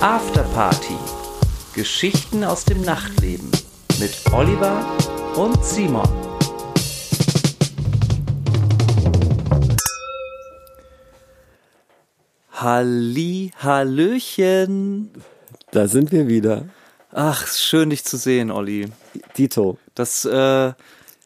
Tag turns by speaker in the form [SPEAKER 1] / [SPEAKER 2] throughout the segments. [SPEAKER 1] Afterparty. Geschichten aus dem Nachtleben mit Oliver und Simon. Halli, Hallöchen.
[SPEAKER 2] Da sind wir wieder.
[SPEAKER 1] Ach, schön dich zu sehen, Olli.
[SPEAKER 2] Dito.
[SPEAKER 1] Das, äh,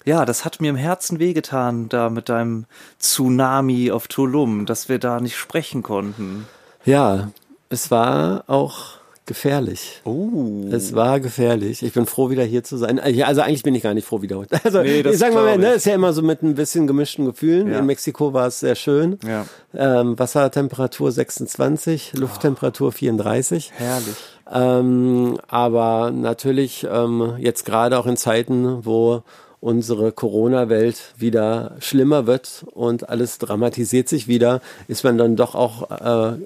[SPEAKER 1] ja, das hat mir im Herzen wehgetan, da mit deinem Tsunami auf Tulum, dass wir da nicht sprechen konnten.
[SPEAKER 2] Ja, es war auch gefährlich.
[SPEAKER 1] Oh.
[SPEAKER 2] Es war gefährlich. Ich bin froh, wieder hier zu sein. Ja, Also eigentlich bin ich gar nicht froh, wieder heute. Also
[SPEAKER 1] Nee, das
[SPEAKER 2] ich sag mal,
[SPEAKER 1] glaub
[SPEAKER 2] ne,
[SPEAKER 1] ich.
[SPEAKER 2] ist ja immer so mit ein bisschen gemischten Gefühlen.
[SPEAKER 1] Ja.
[SPEAKER 2] In Mexiko war es sehr schön.
[SPEAKER 1] Ja. Ah.
[SPEAKER 2] Ähm, Wassertemperatur 26, Lufttemperatur 34.
[SPEAKER 1] Herrlich.
[SPEAKER 2] Ähm, aber natürlich ähm, jetzt gerade auch in Zeiten, wo unsere Corona-Welt wieder schlimmer wird und alles dramatisiert sich wieder, ist man dann doch auch äh,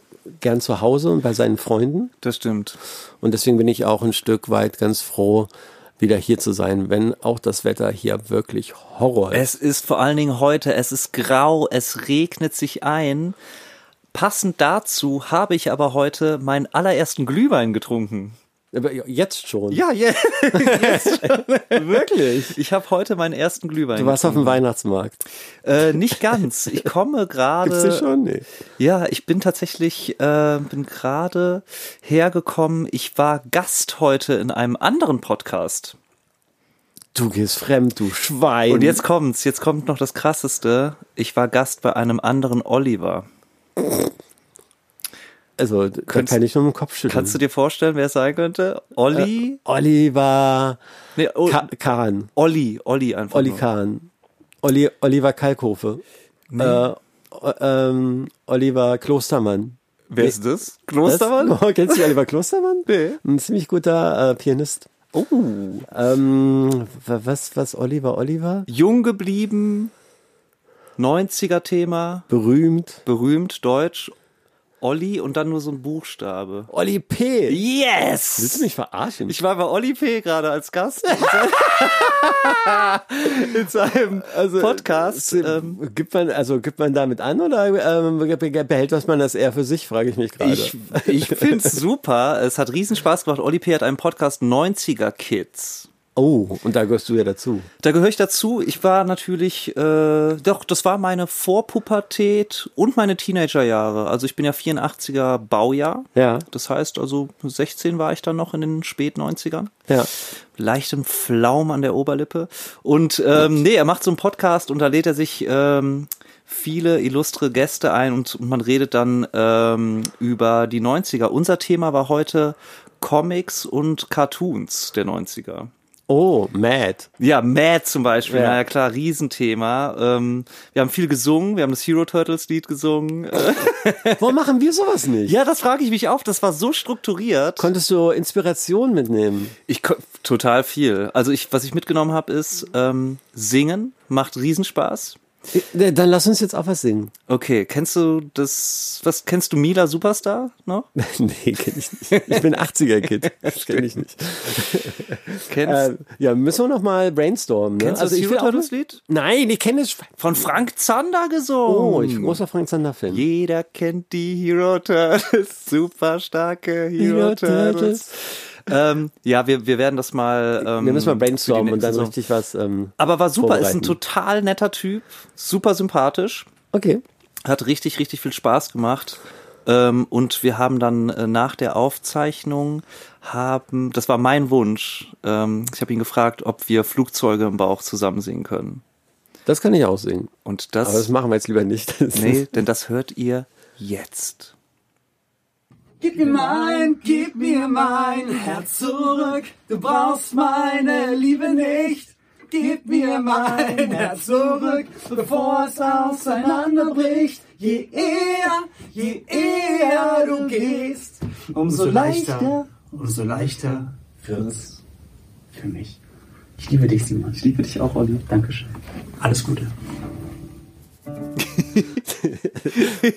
[SPEAKER 2] gern zu Hause und bei seinen Freunden.
[SPEAKER 1] Das stimmt.
[SPEAKER 2] Und deswegen bin ich auch ein Stück weit ganz froh, wieder hier zu sein, wenn auch das Wetter hier wirklich Horror ist.
[SPEAKER 1] Es ist vor allen Dingen heute, es ist grau, es regnet sich ein. Passend dazu habe ich aber heute meinen allerersten Glühwein getrunken.
[SPEAKER 2] Aber Jetzt schon.
[SPEAKER 1] Ja, yeah.
[SPEAKER 2] wirklich.
[SPEAKER 1] ich habe heute meinen ersten Glühwein.
[SPEAKER 2] Du warst auf dem Weihnahtsmarkt.
[SPEAKER 1] äh, nicht ganz. Ich komme
[SPEAKER 2] Gibt's den
[SPEAKER 1] gerade.
[SPEAKER 2] schon? Nee.
[SPEAKER 1] Ja, ich bin tatsächlich äh, bin gerade hergekommen. Ich war Gast heute in einem anderen Podcast.
[SPEAKER 2] Du gehst fremd, du Schwein.
[SPEAKER 1] Und jetzt kommt's, jetzt kommt noch das krasseste. Ich war Gast bei einem anderen Oliver.
[SPEAKER 2] also, da kann ich nur mit dem Kopf schütteln.
[SPEAKER 1] Kannst du dir vorstellen, wer es sein könnte? Olli?
[SPEAKER 2] Oliver
[SPEAKER 1] nee, oh,
[SPEAKER 2] Äh, Ka Kahn.
[SPEAKER 1] Olli, Olli einfach.
[SPEAKER 2] Olli
[SPEAKER 1] nur.
[SPEAKER 2] Kahn. Olli Oliver Kalkofe. Äh, o- ähm, Oliver Klostermann.
[SPEAKER 1] Wer ist das?
[SPEAKER 2] Das- Oh, kennst du Oliver Klostermann?
[SPEAKER 1] Nee.
[SPEAKER 2] Ein ziemlich guter äh, Pianist.
[SPEAKER 1] Oh.
[SPEAKER 2] Ähm, wa- was, was, Oliver, Oliver?
[SPEAKER 1] Jung geblieben, 90er Thema,
[SPEAKER 2] Berühmt.
[SPEAKER 1] berühmt deutsch, Olli und dann nur so ein Buchstabe.
[SPEAKER 2] Olli P. Willst
[SPEAKER 1] Yes!
[SPEAKER 2] du mich verarschen?
[SPEAKER 1] Ich war bei Olli P. gerade als Gast in seinem Podcast.
[SPEAKER 2] Äh,
[SPEAKER 1] Ähm,
[SPEAKER 2] gibt man, also gibt man damit an oder ähm, be- behält was man das eher für sich, frage ich mich gerade.
[SPEAKER 1] äh, Ich, ich finde es super. Es hat riesen Spaß gemacht. Olli P. hat einen Podcast 90er Kids.
[SPEAKER 2] Oh, und da gehörst du ja dazu.
[SPEAKER 1] Da gehöre ich dazu. Ich war natürlich, äh, doch, das war meine Vorpubertät und meine Teenagerjahre. Also ich bin ja 84er Baujahr.
[SPEAKER 2] Ja.
[SPEAKER 1] Das heißt, also 16 war ich dann noch in den Spät-90ern.
[SPEAKER 2] Ja.
[SPEAKER 1] Leichtem Flaum an der Oberlippe. Und ähm, nee, er macht so einen Podcast und da lädt er sich ähm, viele illustre Gäste ein und, und man redet dann ähm, über die 90er. Unser Thema war heute Comics und Cartoons der 90er.
[SPEAKER 2] Oh, mad.
[SPEAKER 1] Ja, Mad zum Beispiel,
[SPEAKER 2] Ja.
[SPEAKER 1] na ja klar, Riesenthema. Ähm, wir haben viel gesungen, wir haben das Hero Turtles Lied gesungen. Äh,
[SPEAKER 2] Warum machen wir sowas nicht?
[SPEAKER 1] ja, das frage ich mich auch, das war so strukturiert.
[SPEAKER 2] Konntest du Inspiration mitnehmen?
[SPEAKER 1] ich ko- total viel. Also ich, was ich mitgenommen habe, ist ähm, singen macht Riesenspaß.
[SPEAKER 2] Äh, Dann lass uns jetzt auch was singen.
[SPEAKER 1] Okay, kennst du das, was kennst du Mila Superstar noch?
[SPEAKER 2] nee, kenn ich nicht. Ich bin 80er-Kid. Das kenn ich nicht.
[SPEAKER 1] Kennst
[SPEAKER 2] Äh, ja, müssen wir noch mal brainstormen. Ne?
[SPEAKER 1] Kennst du das
[SPEAKER 2] ich
[SPEAKER 1] Hero
[SPEAKER 2] will auch-
[SPEAKER 1] Turtles Lied?
[SPEAKER 2] Nein, ich kenne es.
[SPEAKER 1] Von Frank Zander gesungen.
[SPEAKER 2] Oh, ich bin großer Frank Zander-Fan.
[SPEAKER 1] Jeder kennt die Hero Turtles, super starke Hero
[SPEAKER 2] Hero
[SPEAKER 1] Turtles.
[SPEAKER 2] Turtles.
[SPEAKER 1] ähm, ja, wir, wir werden das mal. Ähm,
[SPEAKER 2] Wir müssen mal
[SPEAKER 1] für die
[SPEAKER 2] brainstormen und
[SPEAKER 1] nächste
[SPEAKER 2] dann
[SPEAKER 1] Saison.
[SPEAKER 2] richtig was. Ähm,
[SPEAKER 1] Aber war super, ist ein
[SPEAKER 2] vorbereiten.
[SPEAKER 1] total netter Typ, super sympathisch,
[SPEAKER 2] okay.
[SPEAKER 1] hat richtig, richtig viel Spaß gemacht. Ähm, und wir haben dann äh, nach der Aufzeichnung haben, das war mein Wunsch. Ähm, ich habe ihn gefragt, ob wir Flugzeuge im Bauch zusammen singen können.
[SPEAKER 2] Das kann ich auch singen.
[SPEAKER 1] Und
[SPEAKER 2] Aber das machen wir jetzt lieber nicht. Das
[SPEAKER 1] nee, denn das hört ihr jetzt.
[SPEAKER 3] Gib mir mein, gib mir mein Herz zurück. Du brauchst meine Liebe nicht. Gib mir mein Herz zurück, bevor es auseinanderbricht. Je eher, je eher du gehst, umso leichter, umso leichter wird's für mich. Ich liebe dich, Simon. Ich liebe dich auch, Olli. Dankeschön. Alles Gute.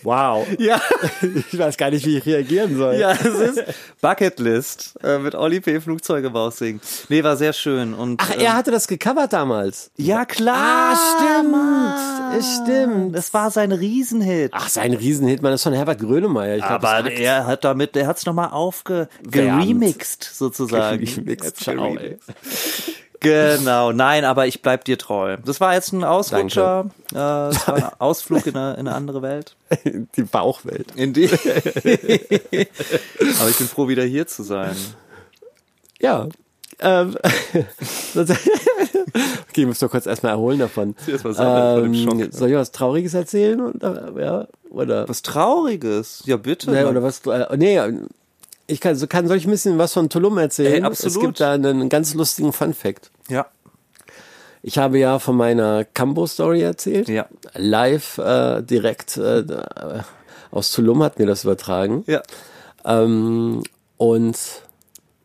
[SPEAKER 2] Wow.
[SPEAKER 1] Ja,
[SPEAKER 2] Ich weiß gar nicht, wie ich reagieren soll.
[SPEAKER 1] ja, es ist Bucketlist äh, mit Oli P. Flugzeugebau singen. Nee, war sehr schön. Und, ähm,
[SPEAKER 2] Ach, er hatte das gecovert damals.
[SPEAKER 1] ja, klar.
[SPEAKER 2] Ah, stimmt. Stimmt.
[SPEAKER 1] Das war sein Riesenhit.
[SPEAKER 2] Ach, sein Riesenhit, man, das ist von Herbert Grönemeyer. Ich glaub,
[SPEAKER 1] Aber
[SPEAKER 2] das sagt-
[SPEAKER 1] er hat damit, er hat es nochmal aufgeremixed sozusagen.
[SPEAKER 2] Geremixt,
[SPEAKER 1] Jetzt
[SPEAKER 2] ciao,
[SPEAKER 1] geremixt. Genau, nein, aber ich bleib dir treu. Das war jetzt ein Ausrutscher, äh, es war ein Ausflug in eine, in eine andere Welt.
[SPEAKER 2] die Bauchwelt.
[SPEAKER 1] In die aber ich bin froh, wieder hier zu sein.
[SPEAKER 2] Ja. Ähm, das- okay, ich muss doch kurz erstmal erholen davon. Ähm,
[SPEAKER 1] Erstmal sammeln von dem Schock.
[SPEAKER 2] soll ich was Trauriges erzählen? Oder, ja, oder,
[SPEAKER 1] Was Trauriges, ja bitte.
[SPEAKER 2] nee, oder was? Äh, nee, ich kann, so kann, soll ich ein bisschen was von Tulum erzählen?
[SPEAKER 1] Ey, absolut.
[SPEAKER 2] Es gibt da einen ganz lustigen Fun-Fact.
[SPEAKER 1] Ja,
[SPEAKER 2] Ich habe ja von meiner Cambo-Story erzählt.
[SPEAKER 1] Ja.
[SPEAKER 2] Live, äh, direkt äh, da- aus Tulum hat mir das übertragen.
[SPEAKER 1] ja.
[SPEAKER 2] Ähm, und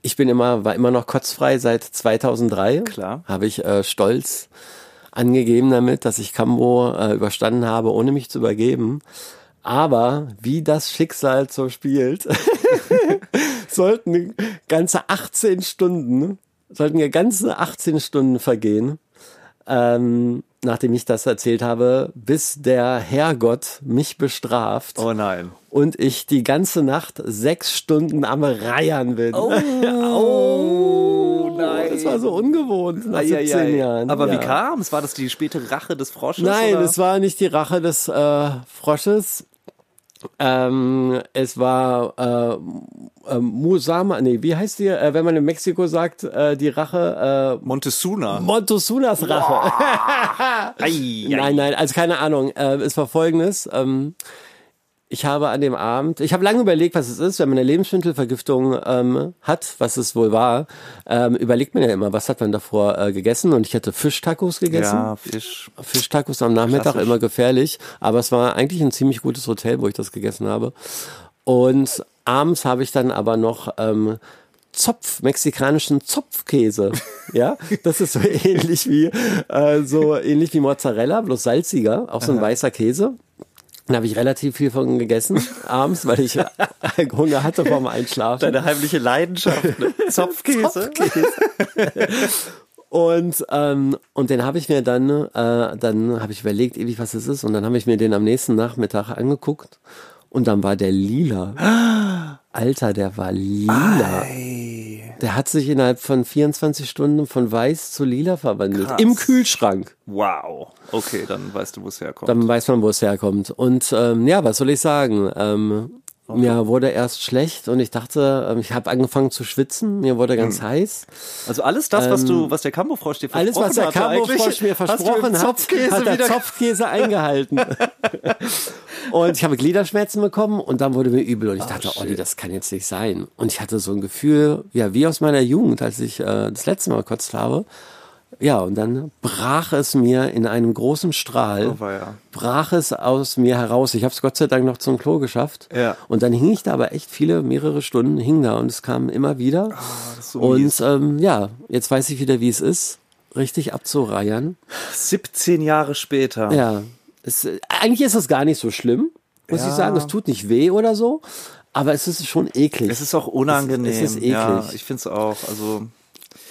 [SPEAKER 2] ich bin immer, war immer noch kotzfrei seit 2003.
[SPEAKER 1] Klar.
[SPEAKER 2] Habe ich äh, stolz angegeben damit, dass ich Cambo äh, überstanden habe, ohne mich zu übergeben. Aber wie das Schicksal so spielt, sollten ganze 18 Stunden, sollten ja ganze 18 Stunden vergehen, ähm, nachdem ich das erzählt habe, bis der Herrgott mich bestraft
[SPEAKER 1] Oh nein.
[SPEAKER 2] und ich die ganze Nacht sechs Stunden am Reiern bin. Oh,
[SPEAKER 1] nein.
[SPEAKER 2] Das war so ungewohnt nach 17 Jahren.
[SPEAKER 1] Aber
[SPEAKER 2] ja.
[SPEAKER 1] wie kam's? War das die späte Rache des Frosches?
[SPEAKER 2] Nein,
[SPEAKER 1] oder?
[SPEAKER 2] es war nicht die Rache des äh, Frosches. Ähm, es war äh, äh, Musama, nee, wie heißt die, äh, wenn man in Mexiko sagt, äh, die Rache, äh,
[SPEAKER 1] Montesuna.
[SPEAKER 2] Montezunas Rache.
[SPEAKER 1] Ei, ei.
[SPEAKER 2] Nein, nein, also keine Ahnung. Äh, es war folgendes. Ähm, ich habe an dem Abend, ich habe lange überlegt, was es ist, wenn man eine Lebensmittelvergiftung ähm, hat, was es wohl war, ähm, überlegt man ja immer, was hat man davor äh, gegessen und ich hatte Fischtacos gegessen.
[SPEAKER 1] Ja, Fisch.
[SPEAKER 2] Fischtacos am Nachmittag
[SPEAKER 1] Klassisch.
[SPEAKER 2] immer gefährlich, aber es war eigentlich ein ziemlich gutes Hotel, wo ich das gegessen habe. Und abends habe ich dann aber noch ähm, Zopf, mexikanischen Zopfkäse. Ja, das ist so ähnlich wie äh, so ähnlich wie Mozzarella, bloß salziger, auch so ein weißer Käse. Dann habe ich relativ viel von gegessen abends, weil ich Hunger hatte vorm Einschlafen.
[SPEAKER 1] Deine heimliche Leidenschaft. Ne? Zopfkäse.
[SPEAKER 2] Und, ähm, und den habe ich mir dann, äh, dann habe ich überlegt, ewig, was es ist. Und dann habe ich mir den am nächsten Nachmittag angeguckt. Und dann war der lila. Alter, der war lila. Der hat sich innerhalb von 24 Stunden von weiß zu lila verwandelt.
[SPEAKER 1] Krass.
[SPEAKER 2] Im Kühlschrank.
[SPEAKER 1] Wow. Okay, dann weißt du, wo es herkommt.
[SPEAKER 2] Dann weiß man, wo es herkommt. Und ähm, ja, was soll ich sagen? Ähm, Mir wurde erst schlecht und ich dachte, ähm, ich habe angefangen zu schwitzen. Mir wurde ganz heiß.
[SPEAKER 1] also alles das, was du, was der Kambo-Frosch dir
[SPEAKER 2] ähm, Alles,
[SPEAKER 1] versprochen
[SPEAKER 2] was der
[SPEAKER 1] hatte
[SPEAKER 2] Carbofrosch
[SPEAKER 1] eigentlich,
[SPEAKER 2] mir
[SPEAKER 1] hast du im
[SPEAKER 2] versprochen hat,
[SPEAKER 1] Zopfkäse
[SPEAKER 2] hat der
[SPEAKER 1] wieder-
[SPEAKER 2] Zopfkäse eingehalten. und ich habe Gliederschmerzen bekommen und dann wurde mir übel und ich
[SPEAKER 1] Ah,
[SPEAKER 2] dachte, Olli, das kann jetzt nicht sein. Und ich hatte so ein Gefühl, ja, wie aus meiner Jugend, als ich äh, das letzte Mal gekotzt habe. Ja, und dann brach es mir in einem großen Strahl,
[SPEAKER 1] Oh, weia.
[SPEAKER 2] brach es aus mir heraus. Ich habe es Gott sei Dank noch zum Klo geschafft.
[SPEAKER 1] Ja.
[SPEAKER 2] Und dann hing ich da aber echt viele, mehrere Stunden hing da und es kam immer wieder.
[SPEAKER 1] Ah. so
[SPEAKER 2] und
[SPEAKER 1] mies.
[SPEAKER 2] ähm, ja, jetzt weiß ich wieder, wie es ist, richtig abzureiern.
[SPEAKER 1] 17 Jahre später.
[SPEAKER 2] Ja, es, äh, eigentlich ist das gar nicht so schlimm, muss ich sagen. Es tut nicht weh oder so, aber es ist schon eklig.
[SPEAKER 1] Es ist auch unangenehm.
[SPEAKER 2] Es ist, es ist eklig.
[SPEAKER 1] Ja, ich finde es auch. Also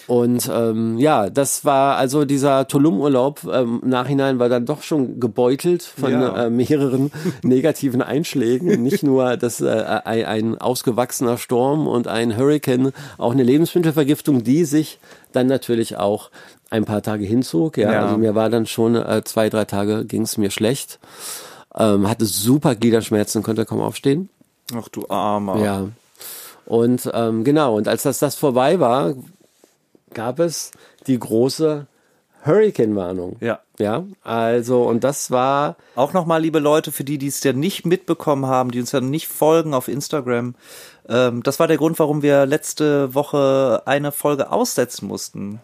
[SPEAKER 2] Und ähm, ja, das war also dieser Tulum-Urlaub ähm, im Nachhinein war dann doch schon gebeutelt von
[SPEAKER 1] Ja.
[SPEAKER 2] äh, mehreren negativen Einschlägen. Nicht nur, dass äh, ein, ein ausgewachsener Sturm und ein Hurricane, auch eine Lebensmittelvergiftung, die sich dann natürlich auch ein paar Tage hinzog. Ja,
[SPEAKER 1] Ja.
[SPEAKER 2] also mir war dann schon äh, zwei, drei Tage ging es mir schlecht. Ähm, hatte super Gliederschmerzen, konnte kaum aufstehen.
[SPEAKER 1] ach du Armer.
[SPEAKER 2] Ja. Und ähm, genau, und als das, das vorbei war, gab es die große Hurricane-Warnung.
[SPEAKER 1] Ja.
[SPEAKER 2] Ja, also, und das war,
[SPEAKER 1] Auch nochmal, liebe Leute, für die, die es ja nicht mitbekommen haben, die uns ja nicht folgen auf Instagram. Ähm, das war der Grund, warum wir letzte Woche eine Folge aussetzen mussten.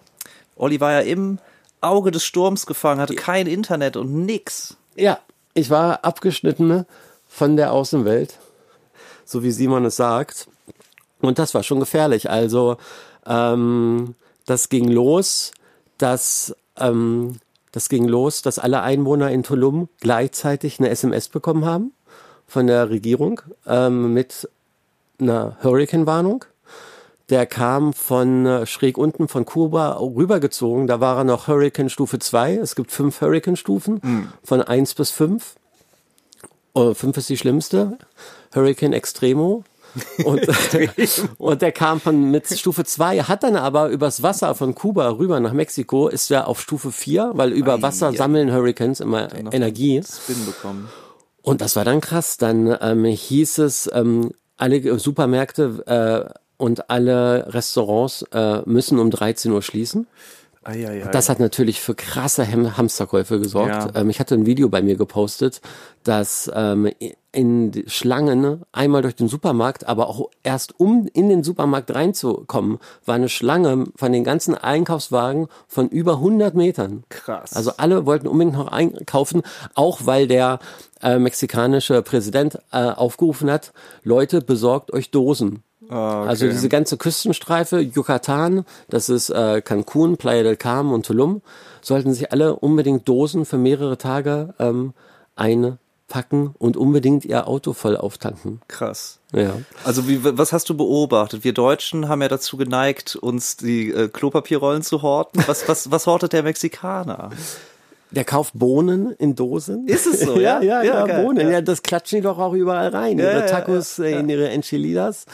[SPEAKER 1] Olli war ja im Auge des Sturms gefangen, hatte kein Internet und nix.
[SPEAKER 2] ja, ich war abgeschnitten von der Außenwelt, so wie Simon es sagt. Und das war schon gefährlich. Also, ähm, das ging los, dass ähm, Das ging los, dass alle Einwohner in Tulum gleichzeitig eine SMS bekommen haben von der Regierung ähm, mit einer Hurricane-Warnung. Der kam von äh, schräg unten von Kuba rübergezogen. Da war er noch Hurricane Stufe 2. Es gibt fünf Hurricane-Stufen von 1 bis 5. Oh, 5 ist die schlimmste. Hurricane Extremo. Und, und der kam von mit Stufe 2, hat dann aber übers Wasser von Kuba rüber nach Mexiko, ist er auf Stufe 4, weil über Wasser
[SPEAKER 1] ja.
[SPEAKER 2] sammeln Hurricanes immer
[SPEAKER 1] noch
[SPEAKER 2] Energie.
[SPEAKER 1] Spin bekommen.
[SPEAKER 2] Und das war dann krass. Dann ähm, hieß es, ähm, alle Supermärkte äh, und alle Restaurants äh, müssen um 13 Uhr schließen.
[SPEAKER 1] Eieiei.
[SPEAKER 2] Das hat natürlich für krasse Hem Hamsterkäufe gesorgt.
[SPEAKER 1] Ja.
[SPEAKER 2] Ähm, ich hatte ein Video bei mir gepostet, dass ähm, in die Schlangen einmal durch den Supermarkt, aber auch erst um in den Supermarkt reinzukommen, war eine Schlange von den ganzen Einkaufswagen von über 100 Metern.
[SPEAKER 1] Krass.
[SPEAKER 2] Also alle wollten unbedingt noch einkaufen, auch weil der äh, mexikanische Präsident äh, aufgerufen hat, Leute, besorgt euch Dosen. Also diese ganze Küstenstreife, Yucatan, das ist äh, Cancun, Playa del Carmen und Tulum, sollten sich alle unbedingt Dosen für mehrere Tage ähm, einpacken und unbedingt ihr Auto voll auftanken.
[SPEAKER 1] krass.
[SPEAKER 2] Ja.
[SPEAKER 1] Also wie, was hast du beobachtet? Wir Deutschen haben ja dazu geneigt, uns die äh, Klopapierrollen zu horten. Was, was, was hortet der Mexikaner?
[SPEAKER 2] Der kauft Bohnen in Dosen.
[SPEAKER 1] Ist es so,
[SPEAKER 2] ja,
[SPEAKER 1] ja?
[SPEAKER 2] ja, ja,
[SPEAKER 1] Ja, geil,
[SPEAKER 2] Bohnen.
[SPEAKER 1] ja.
[SPEAKER 2] Ja. das klatschen die doch auch überall rein.
[SPEAKER 1] ja,
[SPEAKER 2] ihre
[SPEAKER 1] ja,
[SPEAKER 2] Tacos, äh, in ihre Enchiladas.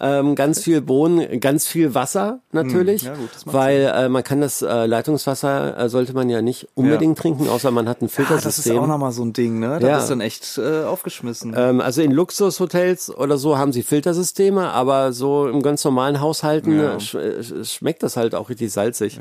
[SPEAKER 2] Ähm, ganz viel Bohnen, ganz viel Wasser natürlich.
[SPEAKER 1] Hm, ja, gut, das macht
[SPEAKER 2] weil äh, man kann das äh, Leitungswasser äh, sollte man ja nicht unbedingt trinken, außer man hat ein
[SPEAKER 1] Ah, das ist
[SPEAKER 2] Filtersystem.
[SPEAKER 1] auch nochmal so ein Ding, ne? Da
[SPEAKER 2] Ja.
[SPEAKER 1] bist du dann echt äh, aufgeschmissen.
[SPEAKER 2] ähm, also in Luxushotels oder so haben sie Filtersysteme, aber so im ganz normalen Haushalten
[SPEAKER 1] Ja.
[SPEAKER 2] äh, sch äh, schmeckt das halt auch richtig salzig.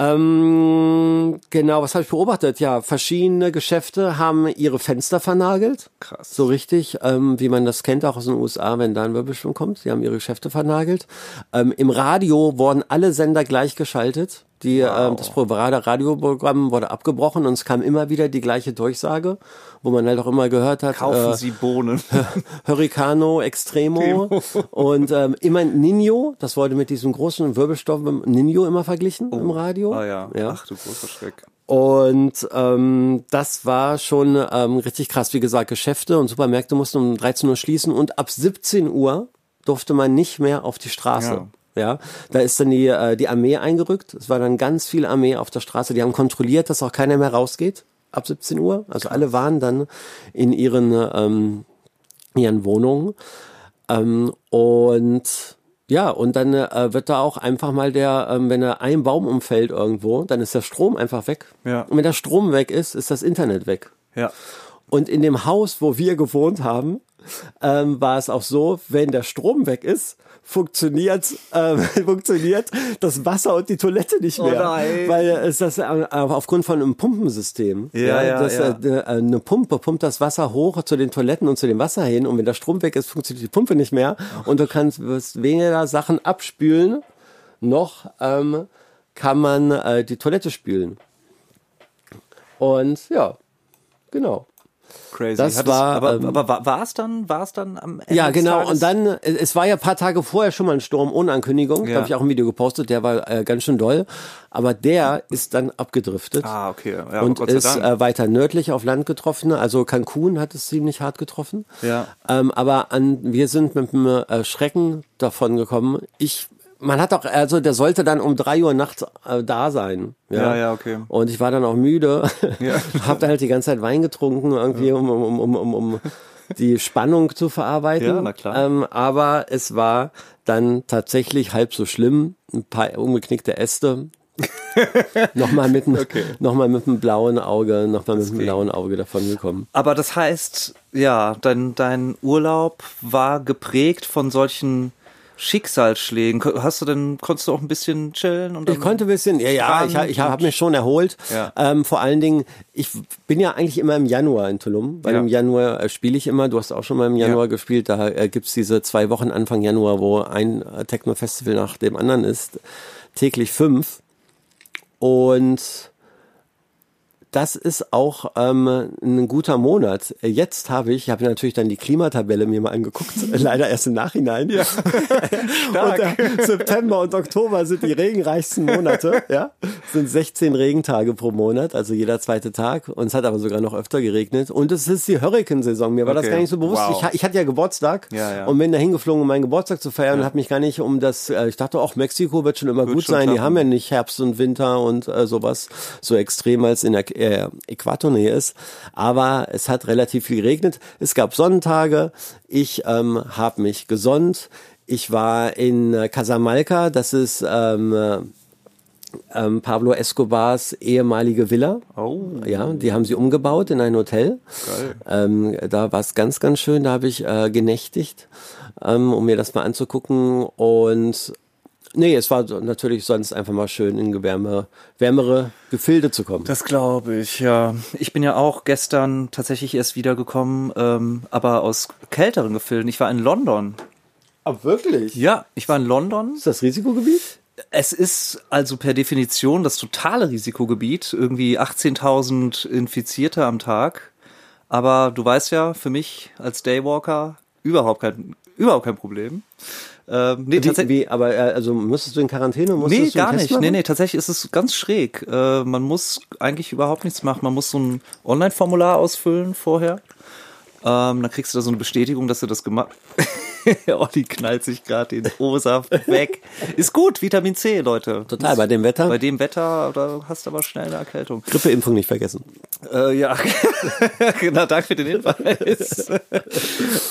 [SPEAKER 2] Ähm, genau, was habe ich beobachtet? Ja, verschiedene Geschäfte haben ihre Fenster vernagelt.
[SPEAKER 1] Krass.
[SPEAKER 2] So richtig, ähm, wie man das kennt, auch aus den USA, wenn da ein Wirbelsturm kommt. Die haben ihre Geschäfte vernagelt. Ähm, Im Radio wurden alle Sender gleichgeschaltet. Die, ähm, das private Radioprogramm wurde abgebrochen und es kam immer wieder die gleiche Durchsage, wo man halt auch immer gehört hat,
[SPEAKER 1] Kaufen
[SPEAKER 2] äh,
[SPEAKER 1] Sie Bohnen.
[SPEAKER 2] Hurricano Extremo und ähm, immer Nino, das wurde mit diesem großen Wirbelstoff Nino immer verglichen im Radio.
[SPEAKER 1] Ah ja. Ach du großer Schreck.
[SPEAKER 2] Und ähm, das war schon ähm, richtig krass. Wie gesagt, Geschäfte und Supermärkte mussten um 13 Uhr schließen und ab 17 Uhr durfte man nicht mehr auf die Straße. Ja, da ist dann die, äh, die Armee eingerückt. Es war dann ganz viel Armee auf der Straße. Die haben kontrolliert, dass auch keiner mehr rausgeht ab 17 Uhr. Also alle waren dann in ihren, ähm, ihren Wohnungen. Ähm, und ja, und dann äh, wird da auch einfach mal der, ähm, wenn da ein Baum umfällt irgendwo, dann ist der Strom einfach weg.
[SPEAKER 1] Ja.
[SPEAKER 2] Und wenn der Strom weg ist, ist das Internet weg.
[SPEAKER 1] Ja.
[SPEAKER 2] Und in dem Haus, wo wir gewohnt haben, ähm, war es auch so, wenn der Strom weg ist, funktioniert, ähm, funktioniert das Wasser und die Toilette nicht mehr.
[SPEAKER 1] Oh nein.
[SPEAKER 2] Weil es das äh, aufgrund von einem Pumpensystem.
[SPEAKER 1] Ja, ja,
[SPEAKER 2] das,
[SPEAKER 1] ja.
[SPEAKER 2] Äh, d- äh, eine Pumpe pumpt das Wasser hoch zu den Toiletten und zu dem Wasser hin. Und wenn der Strom weg ist, funktioniert die Pumpe nicht mehr. Und du kannst wirst weniger Sachen abspülen, noch ähm, kann man äh, die Toilette spülen. Und ja, genau.
[SPEAKER 1] Crazy.
[SPEAKER 2] Das
[SPEAKER 1] Hat
[SPEAKER 2] war,
[SPEAKER 1] es, aber
[SPEAKER 2] ähm,
[SPEAKER 1] aber war, war es dann, war es dann am Ende
[SPEAKER 2] Ja,
[SPEAKER 1] des
[SPEAKER 2] genau.
[SPEAKER 1] Tages?
[SPEAKER 2] Und dann, äh, es war ja ein paar Tage vorher schon mal ein Sturm ohne Ankündigung.
[SPEAKER 1] Ja.
[SPEAKER 2] Da habe ich auch ein Video gepostet, der war äh, ganz schön doll. Aber der ist dann abgedriftet.
[SPEAKER 1] Ah, okay. Ja, aber
[SPEAKER 2] und
[SPEAKER 1] Gott sei
[SPEAKER 2] ist
[SPEAKER 1] Dank.
[SPEAKER 2] äh, weiter nördlich auf Land getroffen. Also Cancun hat es ziemlich hart getroffen.
[SPEAKER 1] Ja.
[SPEAKER 2] Ähm, aber an, wir sind mit einem äh, Schrecken davon gekommen. Ich, man hat auch, also der sollte dann um drei Uhr nachts äh, da sein.
[SPEAKER 1] Ja, ja, okay.
[SPEAKER 2] Und ich war dann auch müde.
[SPEAKER 1] Ja.
[SPEAKER 2] hab dann halt die ganze Zeit Wein getrunken, irgendwie, um, um, um, um, um die Spannung zu verarbeiten.
[SPEAKER 1] Ja, na klar.
[SPEAKER 2] Ähm, aber es war dann tatsächlich halb so schlimm. Ein paar umgeknickte Äste. nochmal mit, dem- nochmal mit dem blauen Auge, nochmal mit dem blauen Auge davon gekommen.
[SPEAKER 1] aber das heißt, ja, dein, dein Urlaub war geprägt von solchen Schicksalsschlägen. Ko- Hast du denn, konntest du auch ein bisschen chillen? Und
[SPEAKER 2] Ich konnte ein bisschen, ja, ja, ich, ha- ich habe mich schon erholt.
[SPEAKER 1] Ja.
[SPEAKER 2] Ähm, vor allen Dingen, ich bin ja eigentlich immer im Januar in Tulum, weil
[SPEAKER 1] Ja.
[SPEAKER 2] im Januar äh, spiele ich immer. Du hast auch schon mal im Januar
[SPEAKER 1] Ja.
[SPEAKER 2] gespielt. Da äh, gibt's diese zwei Wochen Anfang Januar, wo ein äh, Techno-Festival nach dem anderen ist. Täglich fünf. Und das ist auch ähm, ein guter Monat. Jetzt habe ich, ich habe natürlich dann die Klimatabelle mir mal angeguckt, leider erst im Nachhinein. Ja. und, äh, September und Oktober sind die regenreichsten Monate. Ja, Es sind 16 Regentage pro Monat, also jeder zweite Tag. Und es hat aber sogar noch öfter geregnet. Und es ist die Hurrikansaison. Mir war das
[SPEAKER 1] Okay.
[SPEAKER 2] gar nicht so bewusst.
[SPEAKER 1] Wow.
[SPEAKER 2] Ich, ha- ich hatte ja Geburtstag
[SPEAKER 1] Ja, ja.
[SPEAKER 2] und bin da hingeflogen, um meinen Geburtstag zu feiern und habe mich gar nicht um das. Äh, ich dachte auch, Mexiko wird schon immer gut
[SPEAKER 1] schon
[SPEAKER 2] sein. Die
[SPEAKER 1] klappen.
[SPEAKER 2] haben ja nicht Herbst und Winter und äh, sowas so extrem, als in der äh, Äquatornähe ist. Aber es hat relativ viel geregnet. Es gab Sonnentage. Ich ähm, habe mich gesonnt. Ich war in äh, Casamalca. Das ist ähm, äh, ähm, Pablo Escobars ehemalige Villa.
[SPEAKER 1] Oh.
[SPEAKER 2] Ja, die haben sie umgebaut in ein Hotel. Ähm, da war es ganz, ganz schön. Da habe ich äh, genächtigt, ähm, um mir das mal anzugucken. Und nee, es war so- natürlich sonst einfach mal schön, in Gewärme, wärmere Gefilde zu kommen.
[SPEAKER 1] Das glaube ich, ja. Ich bin ja auch gestern tatsächlich erst wiedergekommen, ähm, aber aus kälteren Gefilden. Ich war in London. Ah,
[SPEAKER 2] Aber wirklich? Ja.
[SPEAKER 1] Ja, ich war in London.
[SPEAKER 2] Ist das Risikogebiet?
[SPEAKER 1] Es ist also per Definition das totale Risikogebiet, irgendwie 18.000 Infizierte am Tag. Aber du weißt ja, für mich als Daywalker überhaupt kein, überhaupt kein Problem. Ähm, nee,
[SPEAKER 2] Wie,
[SPEAKER 1] tatsächlich.
[SPEAKER 2] wie, aber äh, also musstest du in Quarantäne? Musstest
[SPEAKER 1] Nee,
[SPEAKER 2] du einen
[SPEAKER 1] gar
[SPEAKER 2] Test
[SPEAKER 1] nicht.
[SPEAKER 2] machen?
[SPEAKER 1] Nee, nee, tatsächlich ist es ganz schräg. Äh, man muss eigentlich überhaupt nichts machen. Man muss so ein Online-Formular ausfüllen vorher. Ähm, dann kriegst du da so eine Bestätigung, dass du das gemacht Olli knallt sich gerade den O-Saft weg. Ist gut, Vitamin C, Leute.
[SPEAKER 2] Total, bei dem Wetter.
[SPEAKER 1] Bei dem Wetter, da hast du aber schnell eine Erkältung.
[SPEAKER 2] Grippeimpfung nicht vergessen.
[SPEAKER 1] Äh, ja, genau, danke für den Hinweis.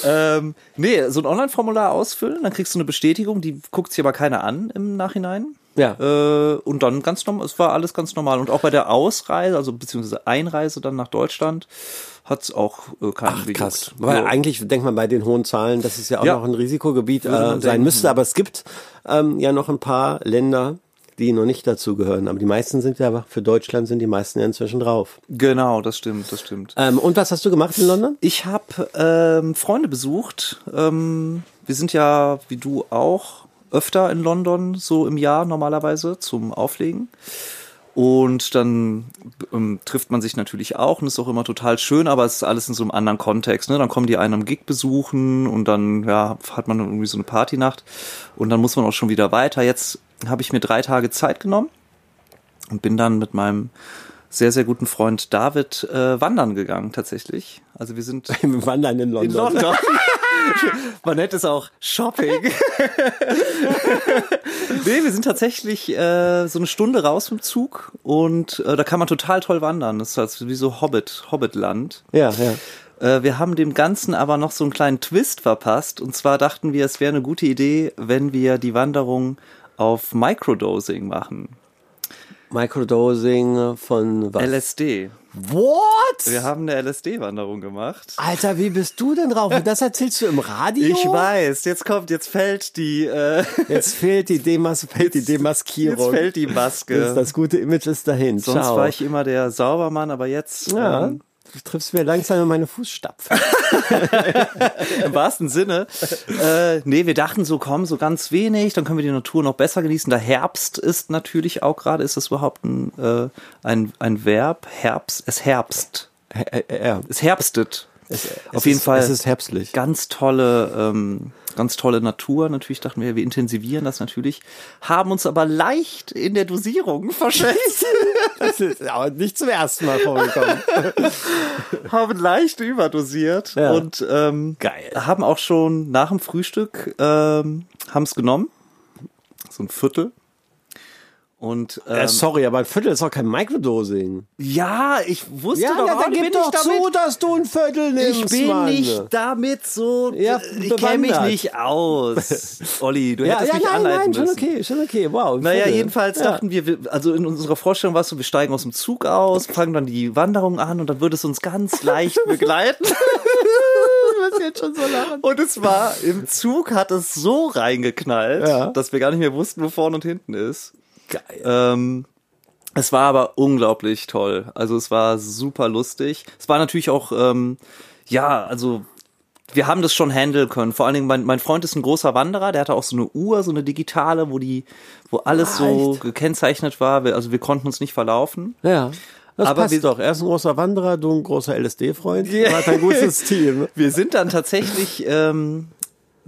[SPEAKER 1] ähm, nee, so ein Online-Formular ausfüllen, dann kriegst du eine Bestätigung, die guckt sich aber keiner an im Nachhinein.
[SPEAKER 2] Ja.
[SPEAKER 1] Äh, und dann ganz normal, es war alles ganz normal. Und auch bei der Ausreise, also beziehungsweise Einreise dann nach Deutschland, hat's auch äh, keinen Ach,
[SPEAKER 2] Krass. Weil eigentlich denkt man bei den hohen Zahlen, dass es ja auch
[SPEAKER 1] Ja.
[SPEAKER 2] noch ein Risikogebiet äh, sein
[SPEAKER 1] man denken.
[SPEAKER 2] müsste. Aber es gibt ähm, ja noch ein paar Länder, die noch nicht dazugehören. Aber die meisten sind ja, für Deutschland sind die meisten ja inzwischen drauf.
[SPEAKER 1] Genau, das stimmt, das stimmt.
[SPEAKER 2] Ähm, und was hast du gemacht in London?
[SPEAKER 1] Ich habe ähm, Freunde besucht. Ähm, wir sind ja, wie du auch, öfter in London, so im Jahr normalerweise zum Auflegen. Und dann ähm, trifft man sich natürlich auch und ist auch immer total schön, aber es ist alles in so einem anderen Kontext. Ne? Dann kommen die einen am Gig besuchen und dann ja, hat man irgendwie so eine Partynacht und dann muss man auch schon wieder weiter. Jetzt habe ich mir drei Tage Zeit genommen und bin dann mit meinem sehr, sehr guten Freund David äh, wandern gegangen tatsächlich. Also wir sind
[SPEAKER 2] Im Wandern in London.
[SPEAKER 1] in London. Man nennt es auch Shopping. nee, wir sind tatsächlich äh, so eine Stunde raus mit dem Zug und äh, da kann man total toll wandern. Das ist halt wie so Hobbit, Hobbitland.
[SPEAKER 2] Ja, ja.
[SPEAKER 1] Äh, wir haben dem Ganzen aber noch so einen kleinen Twist verpasst. Und zwar dachten wir, es wäre eine gute Idee, wenn wir die Wanderung auf Microdosing machen.
[SPEAKER 2] Microdosing von was?
[SPEAKER 1] LSD.
[SPEAKER 2] What?
[SPEAKER 1] Wir haben eine LSD-Wanderung gemacht.
[SPEAKER 2] Alter, wie bist du denn drauf? Und das erzählst du im Radio?
[SPEAKER 1] Ich weiß, jetzt kommt, jetzt fällt die, äh,
[SPEAKER 2] Jetzt fehlt die, Demas fehlt die Demaskierung.
[SPEAKER 1] jetzt fällt die Maske.
[SPEAKER 2] das, das gute Image ist dahin.
[SPEAKER 1] Sonst
[SPEAKER 2] Ciao.
[SPEAKER 1] war ich immer der Saubermann, aber jetzt
[SPEAKER 2] Ja,
[SPEAKER 1] ähm,
[SPEAKER 2] du triffst mir langsam in meine Fußstapfen.
[SPEAKER 1] im wahrsten Sinne. Äh, nee, wir dachten so, komm, so ganz wenig, dann können wir die Natur noch besser genießen. Der Herbst ist natürlich auch gerade, ist das überhaupt ein, äh, ein, ein Verb? Herbst, es herbst.
[SPEAKER 2] ja,
[SPEAKER 1] Es herbstet. Auf
[SPEAKER 2] es
[SPEAKER 1] jeden
[SPEAKER 2] ist-
[SPEAKER 1] Fall.
[SPEAKER 2] es ist herbstlich.
[SPEAKER 1] Ganz tolle, ähm, ganz tolle Natur. Natürlich dachten wir, wir intensivieren das natürlich, haben uns aber leicht in der Dosierung verschätzt.
[SPEAKER 2] das ist aber nicht zum ersten Mal vorgekommen.
[SPEAKER 1] haben leicht überdosiert
[SPEAKER 2] Ja.
[SPEAKER 1] und ähm,
[SPEAKER 2] Geil.
[SPEAKER 1] haben auch schon nach dem Frühstück ähm, haben es genommen. So ein Viertel. Und ähm,
[SPEAKER 2] äh, sorry, aber ein Viertel ist auch kein Microdosing.
[SPEAKER 1] ja, ich wusste doch, oh,
[SPEAKER 2] dann
[SPEAKER 1] ich bin
[SPEAKER 2] gib doch
[SPEAKER 1] nicht
[SPEAKER 2] zu,
[SPEAKER 1] damit.
[SPEAKER 2] dass du ein Viertel nimmst,
[SPEAKER 1] Ich bin
[SPEAKER 2] Mann.
[SPEAKER 1] nicht damit so. äh,
[SPEAKER 2] Ja,
[SPEAKER 1] ich kenne mich
[SPEAKER 2] bewandert.
[SPEAKER 1] nicht aus. Olli, du
[SPEAKER 2] Ja,
[SPEAKER 1] hättest
[SPEAKER 2] ja,
[SPEAKER 1] mich
[SPEAKER 2] nein,
[SPEAKER 1] anleiten
[SPEAKER 2] nein, schon
[SPEAKER 1] müssen.
[SPEAKER 2] okay, schon okay, wow. ein
[SPEAKER 1] Naja,
[SPEAKER 2] Viertel.
[SPEAKER 1] jedenfalls
[SPEAKER 2] Ja.
[SPEAKER 1] dachten wir, wir, also in unserer Vorstellung war es so, wir steigen aus dem Zug aus, fangen dann die Wanderung an und dann würde es uns ganz leicht begleiten.
[SPEAKER 2] Du wirst jetzt schon so lachen.
[SPEAKER 1] Und es war, im Zug hat es so reingeknallt,
[SPEAKER 2] Ja.
[SPEAKER 1] dass wir gar nicht mehr wussten, wo vorne und hinten ist.
[SPEAKER 2] Geil.
[SPEAKER 1] Ähm, es war aber unglaublich toll. Also es war super lustig. Es war natürlich auch, ähm, ja, also wir haben das schon handeln können. Vor allen Dingen, mein, mein Freund ist ein großer Wanderer, der hatte auch so eine Uhr, so eine digitale, wo die, wo alles so
[SPEAKER 2] Echt?
[SPEAKER 1] gekennzeichnet war. Wir- Also wir konnten uns nicht verlaufen.
[SPEAKER 2] Ja. Das
[SPEAKER 1] Aber wir-
[SPEAKER 2] passt doch. Er ist ein großer Wanderer, du ein großer LSD-Freund. Yeah. Hat ein gutes Team.
[SPEAKER 1] Wir sind dann tatsächlich ähm,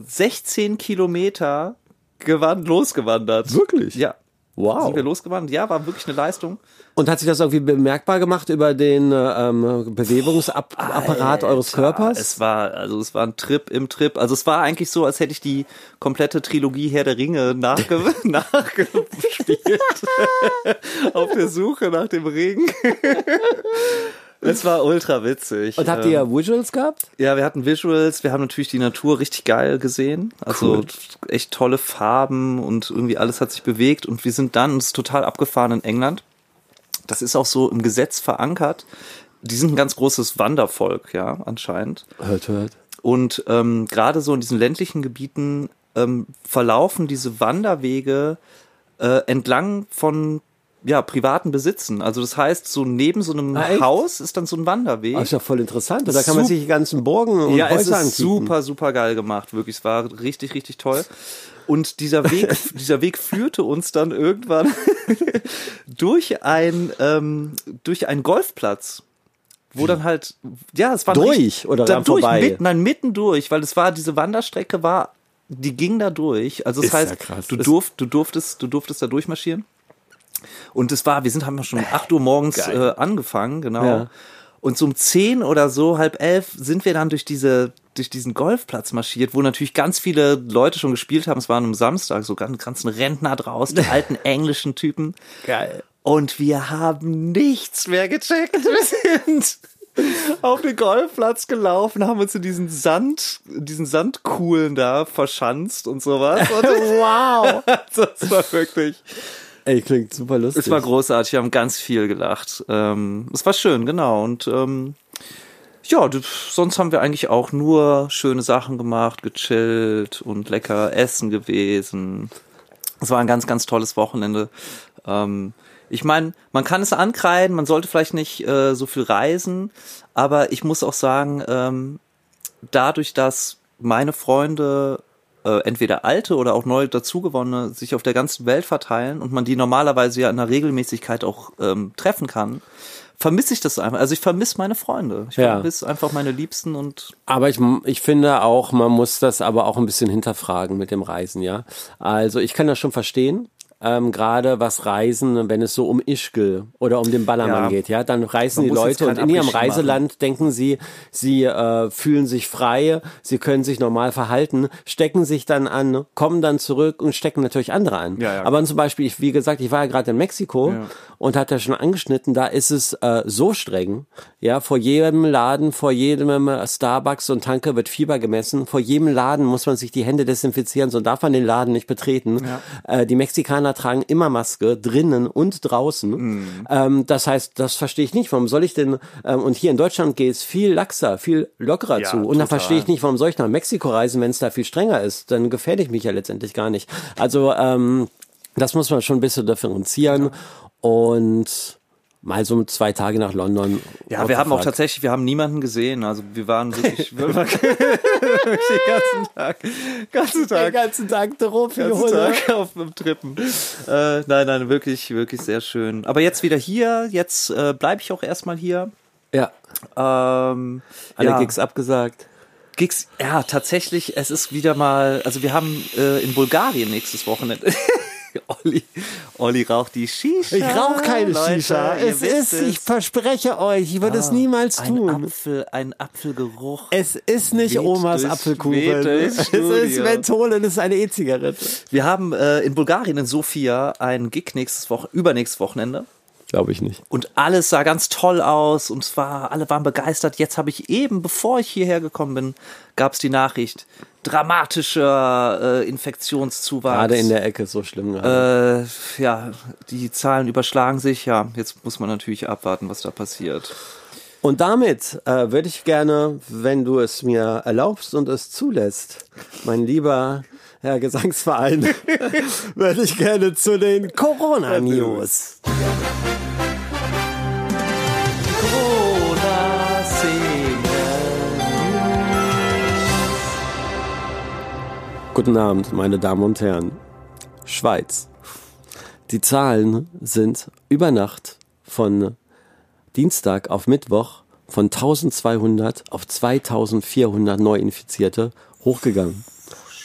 [SPEAKER 1] 16 Kilometer gewand, losgewandert.
[SPEAKER 2] Wirklich?
[SPEAKER 1] Ja. Sind wir
[SPEAKER 2] Wow.
[SPEAKER 1] losgewandert? Ja, war wirklich eine Leistung.
[SPEAKER 2] Und hat sich das irgendwie bemerkbar gemacht über den äh, ähm, Bewegungsapparat eures Körpers?
[SPEAKER 1] Es war, also es war ein Trip im Trip. Also es war eigentlich so, als hätte ich die komplette Trilogie Herr der Ringe nachge nachgespielt. Auf der Suche nach dem Regen. Es war ultra witzig. Ähm,
[SPEAKER 2] Und habt ihr Visuals gehabt?
[SPEAKER 1] Ja, wir hatten Visuals, wir haben natürlich die Natur richtig geil gesehen. Also
[SPEAKER 2] Cool.
[SPEAKER 1] echt tolle Farben und irgendwie alles hat sich bewegt und wir sind dann, und es ist total abgefahren in England. Das ist auch so im Gesetz verankert. Die sind ein ganz großes Wandervolk, ja, anscheinend.
[SPEAKER 2] Hört, hört.
[SPEAKER 1] Und ähm, gerade so in diesen ländlichen Gebieten ähm, verlaufen diese Wanderwege äh, entlang von ja, privaten Besitzen. Also das heißt, so neben so einem
[SPEAKER 2] Ah, echt?
[SPEAKER 1] Haus ist dann so ein Wanderweg.
[SPEAKER 2] Das ist ja voll interessant. Da kann man
[SPEAKER 1] Sup-
[SPEAKER 2] sich die ganzen Burgen und
[SPEAKER 1] Ja,
[SPEAKER 2] Häuser
[SPEAKER 1] es ist
[SPEAKER 2] angucken.
[SPEAKER 1] super, super geil gemacht, wirklich. Es war richtig, richtig toll. Und dieser Weg, dieser Weg führte uns dann irgendwann durch ein ähm, durch einen Golfplatz, wo dann halt ja, es war ein
[SPEAKER 2] Durch
[SPEAKER 1] richtig-
[SPEAKER 2] oder
[SPEAKER 1] da
[SPEAKER 2] ran
[SPEAKER 1] durch,
[SPEAKER 2] vorbei?
[SPEAKER 1] Mit, nein, mitten durch, weil es war diese Wanderstrecke war, die ging da durch. Also das
[SPEAKER 2] Ist ja
[SPEAKER 1] heißt,
[SPEAKER 2] krass.
[SPEAKER 1] du
[SPEAKER 2] Das-
[SPEAKER 1] durft, du durftest, du durftest da durchmarschieren. Und es war, wir sind, haben wir schon um 8 Uhr morgens äh,
[SPEAKER 2] Geil.
[SPEAKER 1] angefangen, genau.
[SPEAKER 2] Ja.
[SPEAKER 1] Und so um 10 oder so, halb elf, sind wir dann durch diese, durch diesen Golfplatz marschiert, wo natürlich ganz viele Leute schon gespielt haben. Es waren am Samstag so ganz, ganz ein Rentner draußen, die alten englischen Typen.
[SPEAKER 2] Geil.
[SPEAKER 1] Und wir haben nichts mehr gecheckt. Wir sind auf den Golfplatz gelaufen, haben uns in diesen Sand, in diesen Sandkuhlen da verschanzt und sowas. Und
[SPEAKER 2] Wow.
[SPEAKER 1] das war wirklich.
[SPEAKER 2] Ey, klingt super lustig.
[SPEAKER 1] Es war großartig, wir haben ganz viel gelacht. Ähm, es war schön, genau. Und ähm, ja, d- sonst haben wir eigentlich auch nur schöne Sachen gemacht, gechillt und lecker essen gewesen. Es war ein ganz, ganz tolles Wochenende. Ähm, ich meine, man kann es ankreiden, man sollte vielleicht nicht äh, so viel reisen, aber ich muss auch sagen, ähm, dadurch, dass meine Freunde äh, entweder alte oder auch neu dazugewonnene sich auf der ganzen Welt verteilen und man die normalerweise ja in einer Regelmäßigkeit auch ähm, treffen kann, vermisse ich das einfach. Also ich vermisse meine Freunde. Ich
[SPEAKER 2] Ja.
[SPEAKER 1] vermisse einfach meine Liebsten und
[SPEAKER 2] Aber ich, ich finde auch, man muss das aber auch ein bisschen hinterfragen mit dem Reisen, ja. Also ich kann das schon verstehen. Ähm, gerade was Reisen, wenn es so um Ischgl oder um den Ballermann
[SPEAKER 1] Ja.
[SPEAKER 2] geht, ja, dann reisen die
[SPEAKER 1] muss jetzt
[SPEAKER 2] Leute und
[SPEAKER 1] kein
[SPEAKER 2] in ihrem
[SPEAKER 1] Abrischi machen.
[SPEAKER 2] Reiseland denken sie, sie äh, fühlen sich frei, sie können sich normal verhalten, stecken sich dann an, kommen dann zurück und stecken natürlich andere an.
[SPEAKER 1] Ja, ja.
[SPEAKER 2] Aber zum Beispiel, ich, wie gesagt, ich war ja gerade in Mexiko und hat ja schon angeschnitten, da ist es äh, so streng, ja, vor jedem Laden, vor jedem äh, Starbucks und Tanke wird Fieber gemessen, vor jedem Laden muss man sich die Hände desinfizieren, so darf man den Laden nicht betreten. Äh, die Mexikaner tragen immer Maske, drinnen und draußen. Ähm, das heißt, das verstehe ich nicht, warum soll ich denn, ähm, und hier in Deutschland geht es viel laxer, viel lockerer zu. Und da verstehe ich nicht, warum soll ich nach Mexiko reisen, wenn es da viel strenger ist. Dann gefährde ich mich ja letztendlich gar nicht. Also, ähm, das muss man schon ein bisschen differenzieren und mal so zwei Tage nach London.
[SPEAKER 1] Ja,
[SPEAKER 2] What
[SPEAKER 1] wir
[SPEAKER 2] the
[SPEAKER 1] haben auch
[SPEAKER 2] fuck.
[SPEAKER 1] tatsächlich, wir haben niemanden gesehen. Also wir waren wirklich, wir waren den ganzen Tag, ganzen
[SPEAKER 2] den
[SPEAKER 1] Tag,
[SPEAKER 2] ganzen Tag drauf, die
[SPEAKER 1] ganzen
[SPEAKER 2] Hunde.
[SPEAKER 1] Tag auf dem Trippen. Äh, nein, nein, wirklich, wirklich sehr schön. Aber jetzt wieder hier. Jetzt äh, bleibe ich auch erstmal hier.
[SPEAKER 2] Ja,
[SPEAKER 1] Ähm,
[SPEAKER 2] alle
[SPEAKER 1] ja.
[SPEAKER 2] Gigs abgesagt.
[SPEAKER 1] Gigs, ja, tatsächlich, es ist wieder mal, also wir haben äh, in Bulgarien nächstes Wochenende. Olli, Olli raucht die Shisha.
[SPEAKER 2] Ich rauche keine
[SPEAKER 1] Leute,
[SPEAKER 2] Shisha.
[SPEAKER 1] ihr
[SPEAKER 2] Es
[SPEAKER 1] wisst Ah,
[SPEAKER 2] ist, ich verspreche euch, ich würde es niemals
[SPEAKER 1] ein
[SPEAKER 2] tun.
[SPEAKER 1] Apfel, ein Apfelgeruch.
[SPEAKER 2] es ist nicht
[SPEAKER 1] Weht
[SPEAKER 2] Omas
[SPEAKER 1] durchs-
[SPEAKER 2] Apfelkuchen.
[SPEAKER 1] weht durchs
[SPEAKER 2] Es ist
[SPEAKER 1] Studio.
[SPEAKER 2] Menthol und es ist eine E-Zigarette.
[SPEAKER 1] Wir haben äh, in Bulgarien in Sofia einen Gig nächstes Woche, übernächstes Wochenende.
[SPEAKER 2] Glaube ich nicht.
[SPEAKER 1] Und alles sah ganz toll aus und zwar alle waren begeistert. Jetzt habe ich eben, bevor ich hierher gekommen bin, gab es die Nachricht, dramatischer äh, Infektionszuwachs.
[SPEAKER 2] Gerade in der Ecke so schlimm. gerade.
[SPEAKER 1] äh, ja, die Zahlen überschlagen sich. Ja, jetzt muss man natürlich abwarten, was da passiert.
[SPEAKER 2] Und damit äh, würde ich gerne, wenn du es mir erlaubst und es zulässt, mein lieber Herr Gesangsverein, würde ich gerne zu den Corona-News. Guten Abend, meine Damen und Herren. Schweiz. Die Zahlen sind über Nacht von Dienstag auf Mittwoch von 1200 auf 2400 Neuinfizierte hochgegangen.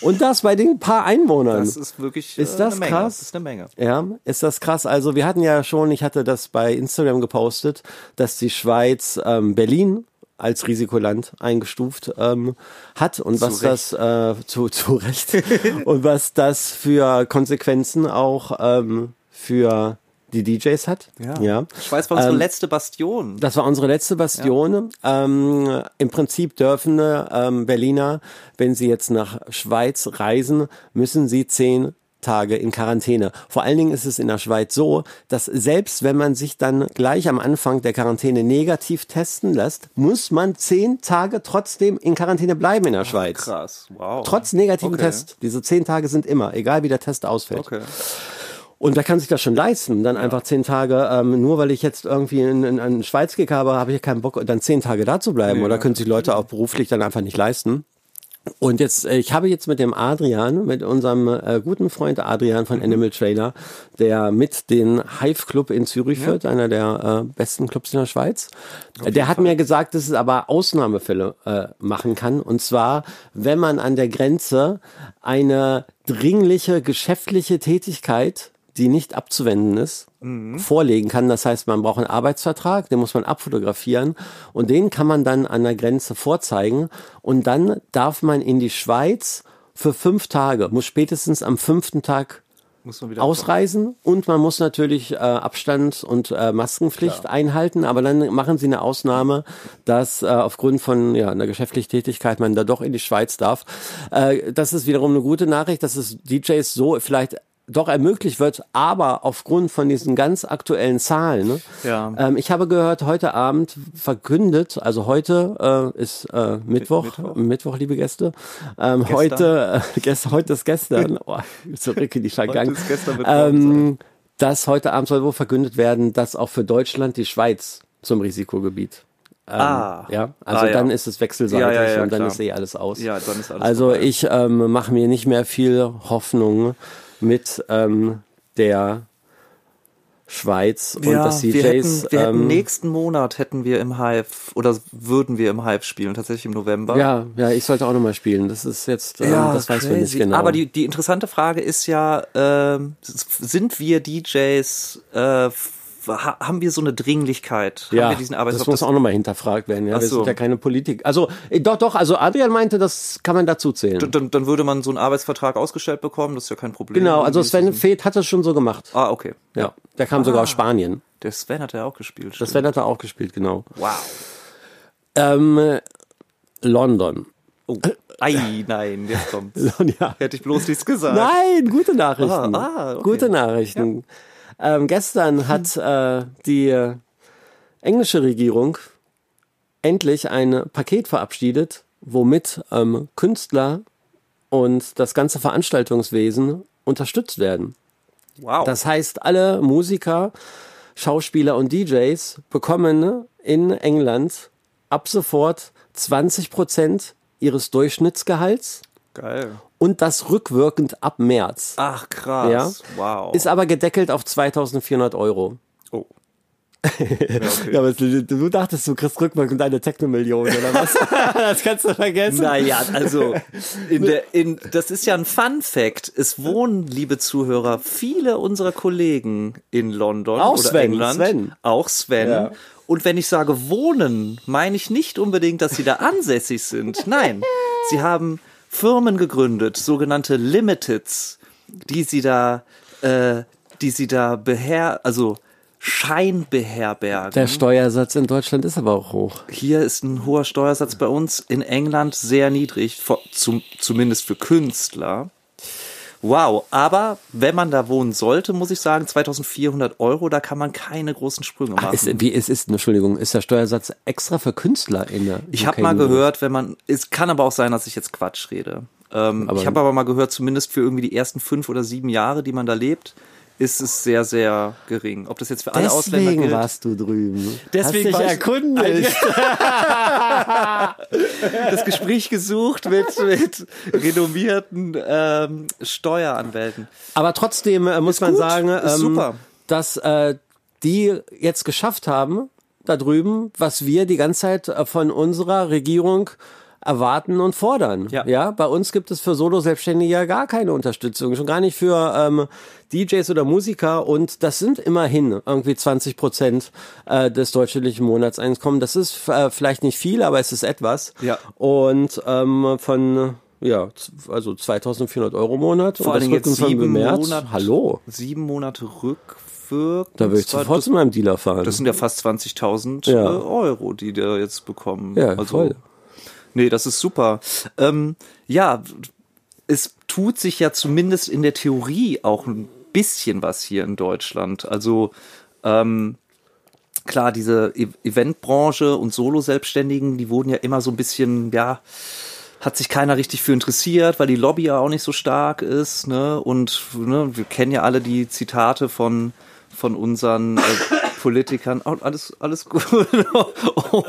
[SPEAKER 2] Und das bei den paar Einwohnern.
[SPEAKER 1] Das ist wirklich
[SPEAKER 2] Also, Ist
[SPEAKER 1] äh,
[SPEAKER 2] das
[SPEAKER 1] eine Menge.
[SPEAKER 2] krass?
[SPEAKER 1] Das ist eine Menge.
[SPEAKER 2] Ja, ist das krass. Also wir hatten ja schon, ich hatte das bei Instagram gepostet, dass die Schweiz ähm, Berlin als Risikoland eingestuft ähm, hat und was
[SPEAKER 1] Recht.
[SPEAKER 2] das äh, zu, zu Recht und was das für Konsequenzen auch ähm, für die DJs hat. ja.
[SPEAKER 1] Ich weiß, war unsere letzte Bastion.
[SPEAKER 2] Ähm, Das war unsere letzte Bastion. Ähm, Im Prinzip dürfen ähm, Berliner, wenn sie jetzt nach Schweiz reisen, müssen sie zehn Tage in Quarantäne. Vor allen Dingen ist es in der Schweiz so, dass selbst wenn man sich dann gleich am Anfang der Quarantäne negativ testen lässt, muss man zehn Tage trotzdem in Quarantäne bleiben in der Schweiz.
[SPEAKER 1] Krass, wow.
[SPEAKER 2] Trotz negativen
[SPEAKER 1] Okay.
[SPEAKER 2] Test. Diese zehn Tage sind immer, egal wie der Test ausfällt.
[SPEAKER 1] Okay.
[SPEAKER 2] Und wer kann sich das schon leisten? Dann einfach zehn Tage, ähm, nur weil ich jetzt irgendwie in, in, in Schweiz gegangen habe, habe ich keinen Bock, dann zehn Tage da zu bleiben. Oder können sich Leute auch beruflich dann einfach nicht leisten? Und jetzt, äh, ich habe jetzt mit dem Adrian, mit unserem äh, guten Freund Adrian von Animal Trailer, der mit den Hive Club in Zürich führt, einer der äh, besten Clubs in der Schweiz. Der hat mir gesagt, dass es aber Ausnahmefälle äh, machen kann. Und zwar, wenn man an der Grenze eine dringliche geschäftliche Tätigkeit die nicht abzuwenden ist, vorlegen kann. Das heißt, man braucht einen Arbeitsvertrag, den muss man abfotografieren und den kann man dann an der Grenze vorzeigen und dann darf man in die Schweiz für fünf Tage, muss spätestens am fünften Tag
[SPEAKER 1] Muss man wieder
[SPEAKER 2] ausreisen und man muss natürlich äh, Abstand und äh, Maskenpflicht einhalten, aber dann machen sie eine Ausnahme, dass äh, aufgrund von ja, einer geschäftlichen Tätigkeit man da doch in die Schweiz darf. Äh, das ist wiederum eine gute Nachricht, dass es DJs so vielleicht doch ermöglicht wird, aber aufgrund von diesen ganz aktuellen Zahlen. Ne,
[SPEAKER 1] Ja.
[SPEAKER 2] ähm, ich habe gehört, heute Abend verkündet, also heute äh, ist äh, Mittwoch,
[SPEAKER 1] Mittwoch?
[SPEAKER 2] Mittwoch, liebe Gäste. Ähm, heute, äh, gestern, heute ist gestern. Oh, zurück in die Vergangenheit.
[SPEAKER 1] Heute ist gestern mit
[SPEAKER 2] ähm, dass heute Abend soll wohl verkündet werden, dass auch für Deutschland die Schweiz zum Risikogebiet. Ähm,
[SPEAKER 1] Ah.
[SPEAKER 2] Ja, also
[SPEAKER 1] Ah, ja.
[SPEAKER 2] dann ist es wechselseitig
[SPEAKER 1] Ja, ja, ja,
[SPEAKER 2] und dann
[SPEAKER 1] klar.
[SPEAKER 2] ist eh alles aus.
[SPEAKER 1] Ja, dann ist alles
[SPEAKER 2] also
[SPEAKER 1] vorbei.
[SPEAKER 2] ich ähm, mache mir nicht mehr viel Hoffnung mit ähm, der Schweiz und
[SPEAKER 1] ja,
[SPEAKER 2] dass die
[SPEAKER 1] wir
[SPEAKER 2] DJs.
[SPEAKER 1] hätten, wir hätten
[SPEAKER 2] ähm,
[SPEAKER 1] nächsten Monat hätten wir im Hive oder würden wir im Hive spielen, tatsächlich im November.
[SPEAKER 2] ja, ja, ich sollte auch nochmal spielen. Das ist jetzt, ähm, das weiß man nicht
[SPEAKER 1] crazy.
[SPEAKER 2] genau.
[SPEAKER 1] Aber die, die interessante Frage ist ja, ähm, sind wir DJs, äh, f- ha- haben wir so eine Dringlichkeit? haben wir diesen
[SPEAKER 2] das
[SPEAKER 1] Arbeitsjob?
[SPEAKER 2] muss auch nochmal hinterfragt werden. Ja,
[SPEAKER 1] Ach
[SPEAKER 2] wir
[SPEAKER 1] so.
[SPEAKER 2] sind ja keine Politik. Also äh, doch, doch. Also Adrian meinte, das kann man dazu zählen.
[SPEAKER 1] Das- dann, dann würde man so einen Arbeitsvertrag ausgestellt bekommen, das ist ja kein Problem.
[SPEAKER 2] genau. Also Sven Feth hat das schon so gemacht.
[SPEAKER 1] Ah, okay.
[SPEAKER 2] Ja, der kam sogar aus Spanien.
[SPEAKER 1] Der Sven hat ja auch gespielt.
[SPEAKER 2] Das Sven hat er auch gespielt, genau.
[SPEAKER 1] wow.
[SPEAKER 2] Ähm, äh, London.
[SPEAKER 1] Oh. Ei, nein, jetzt kommt's.
[SPEAKER 2] ja.
[SPEAKER 1] Hätte ich bloß nichts gesagt.
[SPEAKER 2] Nein, gute Nachrichten.
[SPEAKER 1] Ah, ah, okay.
[SPEAKER 2] Gute Nachrichten. Ähm, gestern hat äh, die äh, englische Regierung endlich ein Paket verabschiedet, womit ähm, Künstler und das ganze Veranstaltungswesen unterstützt werden.
[SPEAKER 1] Wow.
[SPEAKER 2] Das heißt, alle Musiker, Schauspieler und DJs bekommen ne, in England ab sofort 20 Prozent ihres Durchschnittsgehalts
[SPEAKER 1] geil.
[SPEAKER 2] und das rückwirkend ab März.
[SPEAKER 1] Ach, krass. Wow.
[SPEAKER 2] Ist aber gedeckelt auf 2400 Euro.
[SPEAKER 1] oh.
[SPEAKER 2] Ja, aber du, du dachtest, du kriegst Rückwirkung und eine Techno-Million oder was? das kannst du Ne. vergessen.
[SPEAKER 1] Naja, also in der, in, das ist ja ein Fun Fact. Es wohnen, liebe Zuhörer, viele unserer Kollegen in London
[SPEAKER 2] Auch
[SPEAKER 1] oder
[SPEAKER 2] Sven,
[SPEAKER 1] England.
[SPEAKER 2] Sven.
[SPEAKER 1] Auch Sven.
[SPEAKER 2] Ja.
[SPEAKER 1] Und wenn ich sage wohnen, meine ich nicht unbedingt, dass sie da ansässig sind. Nein, sie haben Firmen gegründet, sogenannte Limiteds, die sie da, äh, die sie da beher, also scheinbeherbergen.
[SPEAKER 2] Der Steuersatz in Deutschland ist aber auch hoch.
[SPEAKER 1] Hier ist ein hoher Steuersatz bei uns, in England sehr niedrig, vor- zum, zumindest für Künstler. Wow, aber wenn man da wohnen sollte, muss ich sagen, 2400 Euro, da kann man keine großen Sprünge machen.
[SPEAKER 2] Ah, Ist, wie es ist, Entschuldigung, ist der Steuersatz extra für Künstler in der
[SPEAKER 1] ich habe
[SPEAKER 2] UK
[SPEAKER 1] mal
[SPEAKER 2] nur?
[SPEAKER 1] gehört, wenn man, es kann aber auch sein, dass ich jetzt Quatsch rede. Ähm, ich habe aber mal gehört, zumindest für irgendwie die ersten fünf oder sieben Jahre, die man da lebt, ist es sehr, sehr gering. Ob das jetzt für alle Ausländer
[SPEAKER 2] Deswegen
[SPEAKER 1] gilt.
[SPEAKER 2] warst du drüben.
[SPEAKER 1] Deswegen
[SPEAKER 2] Hast
[SPEAKER 1] war
[SPEAKER 2] dich
[SPEAKER 1] ich-
[SPEAKER 2] erkundigt.
[SPEAKER 1] das Gespräch gesucht mit, mit renommierten ähm, Steueranwälten.
[SPEAKER 2] Aber trotzdem äh, muss man
[SPEAKER 1] gut,
[SPEAKER 2] sagen,
[SPEAKER 1] ist
[SPEAKER 2] ähm,
[SPEAKER 1] super.
[SPEAKER 2] dass äh, die jetzt geschafft haben, da drüben, was wir die ganze Zeit äh, von unserer Regierung erwarten und fordern.
[SPEAKER 1] Ja.
[SPEAKER 2] ja, bei uns gibt es für Solo-Selbstständige ja gar keine Unterstützung, schon gar nicht für ähm, DJs oder Musiker. Und das sind immerhin irgendwie 20 Prozent äh, des durchschnittlichen Monatseinkommens. Das ist äh, vielleicht nicht viel, aber es ist etwas.
[SPEAKER 1] Ja.
[SPEAKER 2] Und ähm, von ja, z- also 2.400 Euro im Monat.
[SPEAKER 1] Vor
[SPEAKER 2] und das
[SPEAKER 1] allem
[SPEAKER 2] wird
[SPEAKER 1] jetzt
[SPEAKER 2] uns dann
[SPEAKER 1] sieben
[SPEAKER 2] bemerkt.
[SPEAKER 1] Monate,
[SPEAKER 2] Hallo,
[SPEAKER 1] sieben Monate rückwirkend.
[SPEAKER 2] da würde ich sofort zu meinem Dealer fahren.
[SPEAKER 1] Das sind ja fast 20.000
[SPEAKER 2] Ja.
[SPEAKER 1] äh, Euro, die da jetzt bekommen. Also,
[SPEAKER 2] Ja, voll.
[SPEAKER 1] Nee, das ist super. Ähm, ja, es tut sich ja zumindest in der Theorie auch ein bisschen was hier in Deutschland. Also ähm, klar, diese E- Eventbranche und Solo-Selbstständigen, die wurden ja immer so ein bisschen, ja, hat sich keiner richtig für interessiert, weil die Lobby ja auch nicht so stark ist, ne? Und ne, wir kennen ja alle die Zitate von von unseren äh, Politikern. Oh, alles alles gut. oh.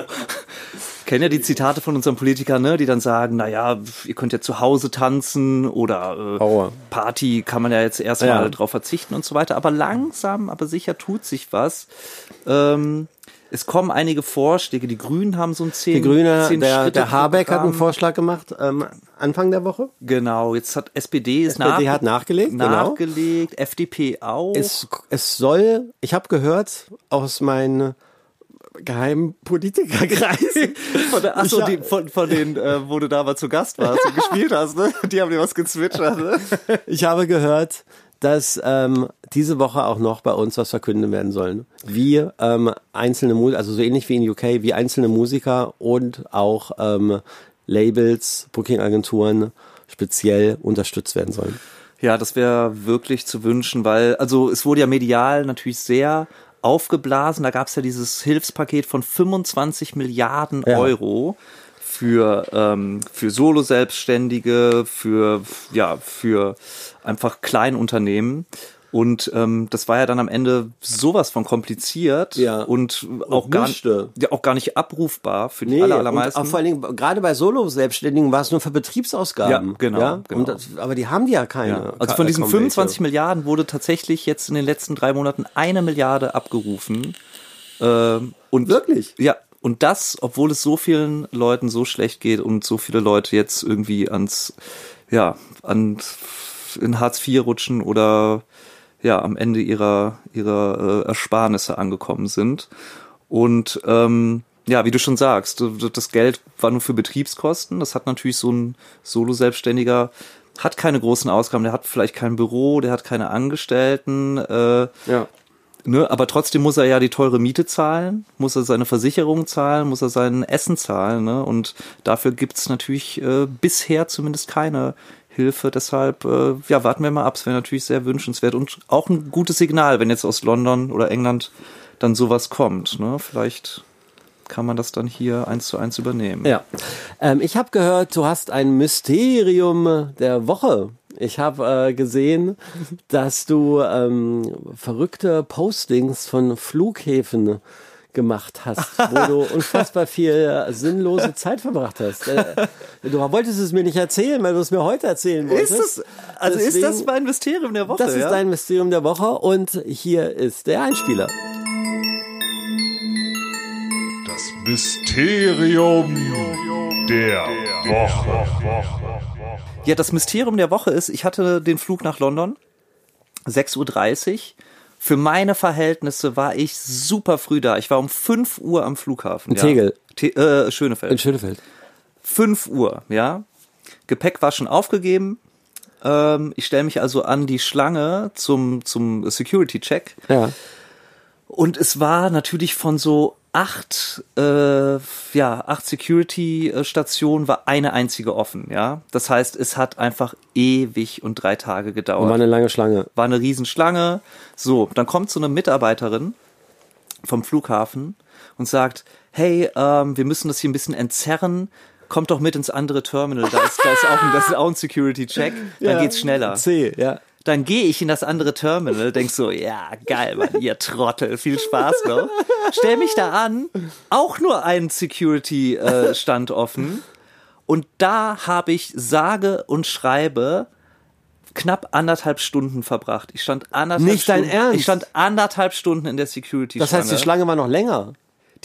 [SPEAKER 1] Kennen ja die Zitate von unseren Politikern, ne, die dann sagen, naja, ihr könnt ja zu Hause tanzen oder äh,
[SPEAKER 2] Aua.
[SPEAKER 1] Party kann man ja jetzt erstmal
[SPEAKER 2] Ja.
[SPEAKER 1] drauf verzichten und so weiter. Aber langsam, aber sicher tut sich was. Ähm, es kommen einige Vorschläge. Die Grünen haben so ein zehn,
[SPEAKER 2] Die Grüne,
[SPEAKER 1] zehn
[SPEAKER 2] der, der Habeck hat einen
[SPEAKER 1] Vorschlag.
[SPEAKER 2] Vorschlag gemacht, ähm, Anfang der Woche.
[SPEAKER 1] Genau, jetzt hat SPD ist
[SPEAKER 2] SPD hat nachgelegt, genau.
[SPEAKER 1] nachgelegt, FDP auch.
[SPEAKER 2] Es, es soll, ich habe gehört aus meinen geheimen Politikerkreisen.
[SPEAKER 1] von der, achso,
[SPEAKER 2] Ich-
[SPEAKER 1] die, von, von denen, äh, wo du damals zu Gast warst und gespielt hast, ne? Die haben dir was gezwitschert, ne?
[SPEAKER 2] Ich habe gehört, dass ähm, diese Woche auch noch bei uns was verkündet werden sollen. Wie ähm, einzelne Musiker, also so ähnlich wie in UK, wie einzelne Musiker und auch ähm, Labels, Booking-Agenturen speziell unterstützt werden sollen.
[SPEAKER 1] Ja, das wäre wirklich zu wünschen, weil, also es wurde ja medial natürlich sehr aufgeblasen. Da gab's ja dieses Hilfspaket von 25 Milliarden
[SPEAKER 2] Ja.
[SPEAKER 1] Euro für, ähm, für Solo-Selbstständige, für, ja, für einfach Kleinunternehmen. Und ähm, das war ja dann am Ende sowas von kompliziert
[SPEAKER 2] Ja.
[SPEAKER 1] und auch gar,
[SPEAKER 2] musste.
[SPEAKER 1] ja, auch gar nicht abrufbar für die
[SPEAKER 2] Nee,
[SPEAKER 1] aller,
[SPEAKER 2] und
[SPEAKER 1] allermeisten.
[SPEAKER 2] auch vor allen Dingen, gerade bei Solo-Selbstständigen war es nur für Betriebsausgaben.
[SPEAKER 1] Ja, genau, genau.
[SPEAKER 2] Und das, aber die haben die ja keine.
[SPEAKER 1] Ja. Also von diesen
[SPEAKER 2] kaum welche.
[SPEAKER 1] 25 Milliarden wurde tatsächlich jetzt in den letzten drei Monaten eine Milliarde abgerufen. Ähm, und
[SPEAKER 2] Wirklich?
[SPEAKER 1] Ja. Und das, obwohl es so vielen Leuten so schlecht geht und so viele Leute jetzt irgendwie ans, ja, an, in Hartz IV rutschen oder ja, am Ende ihrer, ihrer äh, Ersparnisse angekommen sind. Und ähm, ja, wie du schon sagst, d- das Geld war nur für Betriebskosten. Das hat natürlich so ein Solo-Selbstständiger, hat keine großen Ausgaben, der hat vielleicht kein Büro, der hat keine Angestellten. Äh,
[SPEAKER 2] Ja.
[SPEAKER 1] ne? Aber trotzdem muss er ja die teure Miete zahlen, muss er seine Versicherung zahlen, muss er sein Essen zahlen. Ne? Und dafür gibt's natürlich äh, bisher zumindest keine Hilfe. Deshalb, äh, ja, warten wir mal ab. Es wäre natürlich sehr wünschenswert und auch ein gutes Signal, wenn jetzt aus London oder England dann sowas kommt. Ne? Vielleicht kann man das dann hier eins zu eins übernehmen.
[SPEAKER 2] Ja. Ähm, ich habe gehört, du hast ein Mysterium der Woche. Ich habe äh, gesehen, dass du ähm, verrückte Postings von Flughäfen gemacht hast, wo du unfassbar viel äh, sinnlose Zeit verbracht hast. Äh, du wolltest es mir nicht erzählen, weil du es mir heute erzählen wolltest.
[SPEAKER 1] Also
[SPEAKER 2] Deswegen-
[SPEAKER 1] mein Mysterium der Woche?
[SPEAKER 2] Das ist dein Mysterium der Woche und hier ist der Einspieler.
[SPEAKER 4] Das Mysterium der Woche.
[SPEAKER 1] Ja, das Mysterium der Woche ist, ich hatte den Flug nach London, 6.30 Uhr. Für meine Verhältnisse war ich super früh da. Ich war um 5 Uhr am Flughafen. In ja.
[SPEAKER 2] Tegel.
[SPEAKER 1] Te äh, Schönefeld.
[SPEAKER 2] In Schönefeld.
[SPEAKER 1] 5 Uhr, ja. Gepäck war schon aufgegeben. Ähm, ich stelle mich also an die Schlange zum, zum Security-Check.
[SPEAKER 2] Ja.
[SPEAKER 1] Und es war natürlich von so acht, äh, ja, acht Security-Stationen war eine einzige offen, ja. Das heißt, es hat einfach ewig und drei Tage gedauert
[SPEAKER 2] War eine lange Schlange.
[SPEAKER 1] war eine Riesenschlange. So, dann kommt so eine Mitarbeiterin vom Flughafen und sagt, hey, ähm, wir müssen das hier ein bisschen entzerren. Kommt doch mit ins andere Terminal. Da ist, da ist, auch, ein, das ist auch ein Security-Check. Dann geht's schneller.
[SPEAKER 2] C, ja.
[SPEAKER 1] Dann gehe ich in das andere Terminal, denk so, ja, geil, Mann, ihr Trottel, viel Spaß noch. Stell mich da an, auch nur einen Security-Stand offen. Und da habe ich sage und schreibe knapp anderthalb Stunden verbracht. Ich stand anderthalb
[SPEAKER 2] Nicht dein
[SPEAKER 1] Stunden,
[SPEAKER 2] Ernst?
[SPEAKER 1] Ich stand anderthalb Stunden in der Security.
[SPEAKER 2] Das heißt, die Schlange war noch länger.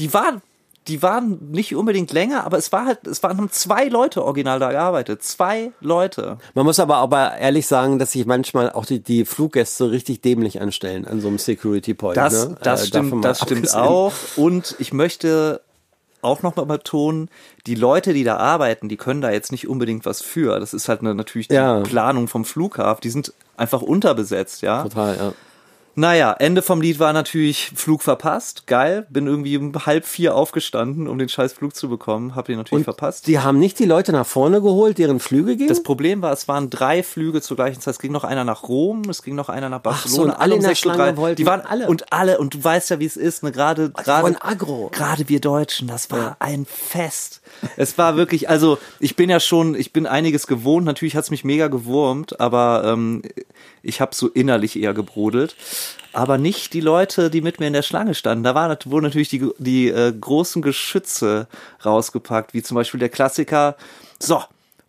[SPEAKER 1] die waren, die waren nicht unbedingt länger, aber es war halt, es waren haben zwei Leute original da gearbeitet. Zwei Leute.
[SPEAKER 2] Man muss aber aber ehrlich sagen, dass sich manchmal auch die, die Fluggäste richtig dämlich anstellen an so einem Security Point.
[SPEAKER 1] Das,
[SPEAKER 2] ne?
[SPEAKER 1] das
[SPEAKER 2] Äh, davon
[SPEAKER 1] stimmt,
[SPEAKER 2] mal
[SPEAKER 1] das stimmt
[SPEAKER 2] abgesehen.
[SPEAKER 1] auch. Und ich möchte auch nochmal betonen, die Leute, die da arbeiten, die können da jetzt nicht unbedingt was für. Das ist halt eine, natürlich die
[SPEAKER 2] Ja.
[SPEAKER 1] Planung vom Flughafen. Die sind einfach unterbesetzt, ja.
[SPEAKER 2] Total, ja.
[SPEAKER 1] Naja, Ende vom Lied war natürlich Flug verpasst. Geil. Bin irgendwie um halb vier aufgestanden, um den scheiß Flug zu bekommen. Hab den natürlich verpasst.
[SPEAKER 2] Die haben nicht die Leute nach vorne geholt, deren Flüge gingen?
[SPEAKER 1] Das Problem war, es waren drei Flüge zur gleichen Zeit. Es ging noch einer nach Rom, es ging noch einer nach Barcelona. um
[SPEAKER 2] so, und alle in der
[SPEAKER 1] 6:03.
[SPEAKER 2] Schlange wollten-
[SPEAKER 1] Die waren
[SPEAKER 2] alle.
[SPEAKER 1] alle. Und alle. Und du weißt ja, wie es ist. Ne, gerade, gerade,
[SPEAKER 2] wollen aggro.
[SPEAKER 1] gerade wir Deutschen. Das war ein Fest. Es war wirklich, also, ich bin ja schon, ich bin einiges gewohnt. Natürlich hat's mich mega gewurmt, aber, ähm, ich habe so innerlich eher gebrodelt. Aber nicht die Leute, die mit mir in der Schlange standen. Da waren, wurden natürlich die, die äh, großen Geschütze rausgepackt, wie zum Beispiel der Klassiker. So,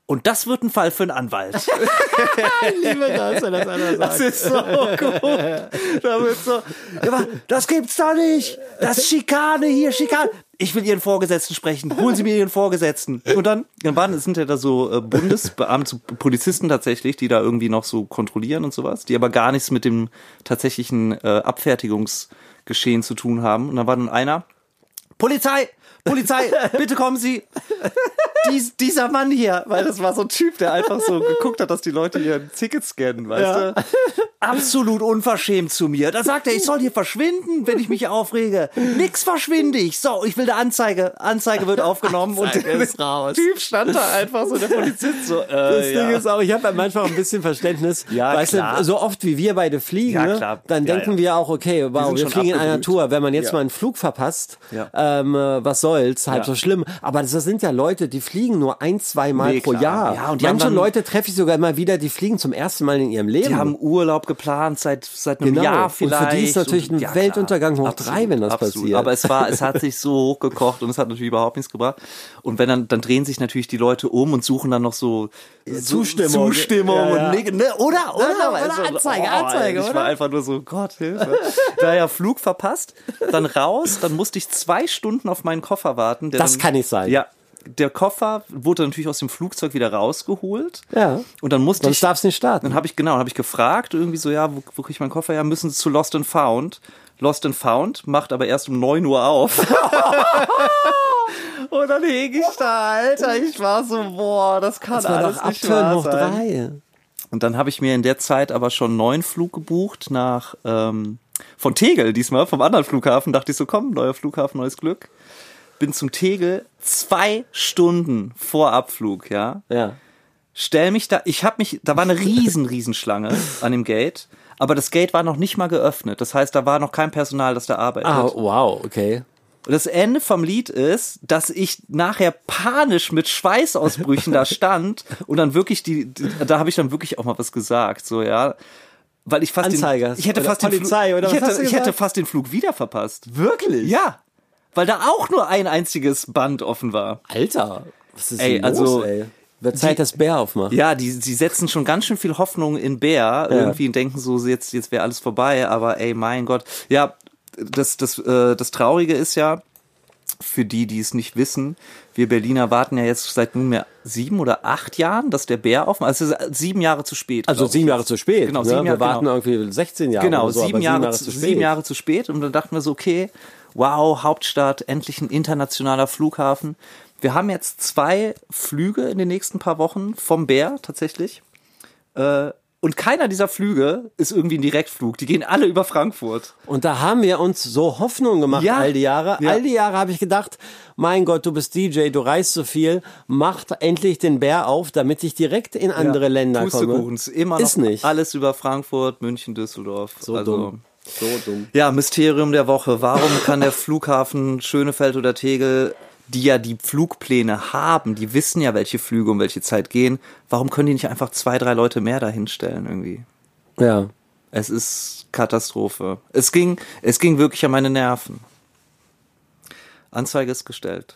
[SPEAKER 1] und das wird ein Fall für einen Anwalt.
[SPEAKER 2] Liebe das, wenn das einer sagt.
[SPEAKER 1] Das ist so gut. Da wird so, aber das gibt's doch nicht. Das ist Schikane hier, Schikane. Ich will Ihren Vorgesetzten sprechen. Holen Sie mir Ihren Vorgesetzten. Und dann, dann waren, es sind ja da so äh, Bundesbeamte, so Polizisten tatsächlich, die da irgendwie noch so kontrollieren und sowas, die aber gar nichts mit dem tatsächlichen äh, Abfertigungsgeschehen zu tun haben. Und dann war dann einer, Polizei, Polizei, bitte kommen Sie. Dies, dieser Mann hier, weil das war so ein Typ, der einfach so geguckt hat, dass die Leute ihren Ticket scannen, weißt du? Absolut unverschämt zu mir. Da sagt er, ich soll hier verschwinden, wenn ich mich aufrege. Nix verschwinde ich. So, ich will eine Anzeige. Anzeige wird aufgenommen
[SPEAKER 2] Anzeige
[SPEAKER 1] und der
[SPEAKER 2] ist raus.
[SPEAKER 1] Typ stand da einfach so, der Polizist so, äh,
[SPEAKER 2] Das Ding
[SPEAKER 1] ja.
[SPEAKER 2] ist auch, ich habe ja manchmal ein bisschen Verständnis.
[SPEAKER 1] Ja,
[SPEAKER 2] weißt du,
[SPEAKER 1] klar.
[SPEAKER 2] so oft wie wir beide fliegen,
[SPEAKER 1] Ja,
[SPEAKER 2] ne,
[SPEAKER 1] klar.
[SPEAKER 2] dann
[SPEAKER 1] Ja,
[SPEAKER 2] denken
[SPEAKER 1] ja.
[SPEAKER 2] wir auch, okay, wow,
[SPEAKER 1] sind
[SPEAKER 2] wir
[SPEAKER 1] schon
[SPEAKER 2] fliegen in einer
[SPEAKER 1] abgebrüht.
[SPEAKER 2] Tour. Wenn man jetzt
[SPEAKER 1] Ja.
[SPEAKER 2] mal einen Flug verpasst,
[SPEAKER 1] Ja.
[SPEAKER 2] ähm, äh, was soll's, halb
[SPEAKER 1] Ja.
[SPEAKER 2] so schlimm. Aber das sind ja Leute, die fliegen nur ein, zwei Mal
[SPEAKER 1] Nee,
[SPEAKER 2] pro
[SPEAKER 1] klar.
[SPEAKER 2] Jahr.
[SPEAKER 1] Ja, und die
[SPEAKER 2] Manche
[SPEAKER 1] haben dann-
[SPEAKER 2] Leute treffe ich sogar immer wieder, die fliegen zum ersten Mal in ihrem Leben.
[SPEAKER 1] Die haben Urlaub geplant seit, seit einem
[SPEAKER 2] Genau.
[SPEAKER 1] Jahr
[SPEAKER 2] Und für die ist
[SPEAKER 1] vielleicht.
[SPEAKER 2] natürlich ein
[SPEAKER 1] klar.
[SPEAKER 2] Weltuntergang hoch drei, wenn das
[SPEAKER 1] absolut.
[SPEAKER 2] passiert.
[SPEAKER 1] Aber es war, es hat sich so hochgekocht und es hat natürlich überhaupt nichts gebracht. Und wenn dann, dann drehen sich natürlich die Leute um und suchen dann noch so
[SPEAKER 2] Zustimmung.
[SPEAKER 1] Zustimmung
[SPEAKER 2] Ja, ja.
[SPEAKER 1] und neg- ne, oder, oder,
[SPEAKER 2] Oder- oder
[SPEAKER 1] Also,
[SPEAKER 2] Anzeige,
[SPEAKER 1] oh,
[SPEAKER 2] Anzeige,
[SPEAKER 1] Ich
[SPEAKER 2] oder?
[SPEAKER 1] war einfach nur so, Gott, Hilfe. Naja, Flug verpasst, dann raus, dann musste ich zwei Stunden auf meinen Koffer warten. der
[SPEAKER 2] Das
[SPEAKER 1] dann-
[SPEAKER 2] kann nicht sein.
[SPEAKER 1] Ja. Der Koffer wurde natürlich aus dem Flugzeug wieder rausgeholt.
[SPEAKER 2] Ja.
[SPEAKER 1] Und dann musste
[SPEAKER 2] Sonst
[SPEAKER 1] ich.
[SPEAKER 2] darf's nicht starten.
[SPEAKER 1] Dann habe ich genau, dann habe ich gefragt irgendwie so, ja, wo, wo kriege ich meinen Koffer her? Müssen Sie zu Lost and Found. Lost and Found macht aber erst um 9 Uhr auf. Und dann hege ich da, Alter, ich war so, boah, das kann
[SPEAKER 2] das war
[SPEAKER 1] alles
[SPEAKER 2] doch
[SPEAKER 1] nicht
[SPEAKER 2] Abturn
[SPEAKER 1] wahr
[SPEAKER 2] hoch
[SPEAKER 1] sein.
[SPEAKER 2] drei.
[SPEAKER 1] Und dann habe ich mir in der Zeit aber schon einen neuen Flug gebucht nach ähm, von Tegel diesmal, vom anderen Flughafen. Dachte ich so, komm, neuer Flughafen, neues Glück. Bin zum Tegel zwei Stunden vor Abflug, ja
[SPEAKER 2] Ja.
[SPEAKER 1] stell mich da, ich habe mich, da war eine riesen, riesen Schlange an dem Gate, aber das Gate war noch nicht mal geöffnet. Das heißt, da war noch kein Personal, das da arbeitet.
[SPEAKER 2] Ah, wow, okay.
[SPEAKER 1] Und das Ende vom Lied ist, dass ich nachher panisch mit Schweißausbrüchen da stand und dann wirklich die, die da habe ich dann wirklich auch mal was gesagt, so ja. Weil ich fast
[SPEAKER 2] Anzeiger
[SPEAKER 1] den, ich hätte
[SPEAKER 2] oder
[SPEAKER 1] fast
[SPEAKER 2] Polizei
[SPEAKER 1] den Flug,
[SPEAKER 2] oder was
[SPEAKER 1] ich,
[SPEAKER 2] hast du
[SPEAKER 1] hätte, ich hätte
[SPEAKER 2] gesagt?
[SPEAKER 1] fast den Flug wieder verpasst.
[SPEAKER 2] Wirklich? Ja.
[SPEAKER 1] Ja, weil da auch nur ein einziges Band offen war.
[SPEAKER 2] Alter, was ist
[SPEAKER 1] Ey,
[SPEAKER 2] denn los,
[SPEAKER 1] also-
[SPEAKER 2] ey? Wird Zeit, dass Bär aufmacht.
[SPEAKER 1] Ja, die, die setzen schon ganz schön viel Hoffnung in Bär irgendwie und denken so, jetzt, jetzt wäre alles vorbei, aber ey, mein Gott. Ja, das, das, äh, das Traurige ist ja, für die, die es nicht wissen, wir Berliner warten ja jetzt seit nunmehr sieben oder acht Jahren, dass der Bär offen ist. Also es ist sieben Jahre zu spät.
[SPEAKER 2] Also
[SPEAKER 1] glaub ich.
[SPEAKER 2] sieben Jahre zu spät.
[SPEAKER 1] Genau,
[SPEAKER 2] ne?
[SPEAKER 1] sieben
[SPEAKER 2] Wir
[SPEAKER 1] Jahre,
[SPEAKER 2] warten
[SPEAKER 1] genau.
[SPEAKER 2] irgendwie 16 Jahre.
[SPEAKER 1] Genau,
[SPEAKER 2] oder so, aber
[SPEAKER 1] sieben, Jahre, zu, sieben Jahre zu spät. Und dann dachten wir so, okay, wow, Hauptstadt, endlich ein internationaler Flughafen. Wir haben jetzt zwei Flüge in den nächsten paar Wochen vom Bär tatsächlich. Äh, und keiner dieser Flüge ist irgendwie ein Direktflug. Die gehen alle über Frankfurt.
[SPEAKER 2] Und da haben wir uns so Hoffnung gemacht
[SPEAKER 1] Ja.
[SPEAKER 2] all die Jahre.
[SPEAKER 1] Ja.
[SPEAKER 2] All die Jahre habe ich gedacht, mein Gott, du bist DJ, du reist so viel, mach endlich den Bär auf, damit ich direkt in andere Länder komme.
[SPEAKER 1] Pustekuchens, immer noch
[SPEAKER 2] Ist nicht.
[SPEAKER 1] alles über Frankfurt, München, Düsseldorf. Also
[SPEAKER 2] So dumm. So dumm.
[SPEAKER 1] Ja, Mysterium der Woche. Warum kann der Flughafen Schönefeld oder Tegel, die ja die Flugpläne haben, die wissen ja, welche Flüge um welche Zeit gehen, warum können die nicht einfach zwei, drei Leute mehr dahinstellen irgendwie?
[SPEAKER 2] Ja.
[SPEAKER 1] Es ist Katastrophe. Es ging, es ging wirklich an meine Nerven. Anzeige ist gestellt.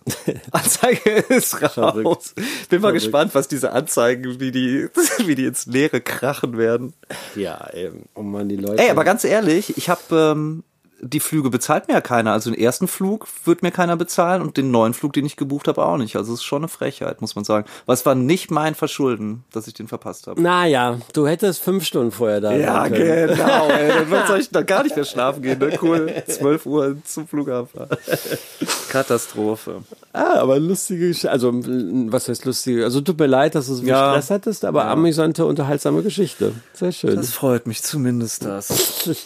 [SPEAKER 1] Anzeige ist raus.
[SPEAKER 2] Verrückt.
[SPEAKER 1] Bin mal gespannt, was diese Anzeigen, wie die, wie die ins Leere krachen werden.
[SPEAKER 2] Ja, eben. Oh Mann, die Leute.
[SPEAKER 1] Ey, aber ganz ehrlich, ich habe ähm, die Flüge bezahlt mir ja keiner. Also den ersten Flug wird mir keiner bezahlen und den neuen Flug, den ich gebucht habe, auch nicht. Also es ist schon eine Frechheit, muss man sagen. Weil es war nicht mein Verschulden, dass ich den verpasst habe.
[SPEAKER 2] Naja, du hättest fünf Stunden vorher da sein können.
[SPEAKER 1] genau. Ey, dann wird euch dann gar nicht mehr schlafen gehen. Ne? Cool, 12 Uhr zum Flughafen. Katastrophe.
[SPEAKER 2] Ah, aber lustige Geschichte. Also, m, was heißt lustige? Also, tut mir leid, dass du so viel
[SPEAKER 1] Ja.
[SPEAKER 2] Stress hattest, aber amüsante, unterhaltsame Geschichte. Sehr schön.
[SPEAKER 1] Das freut mich zumindest das.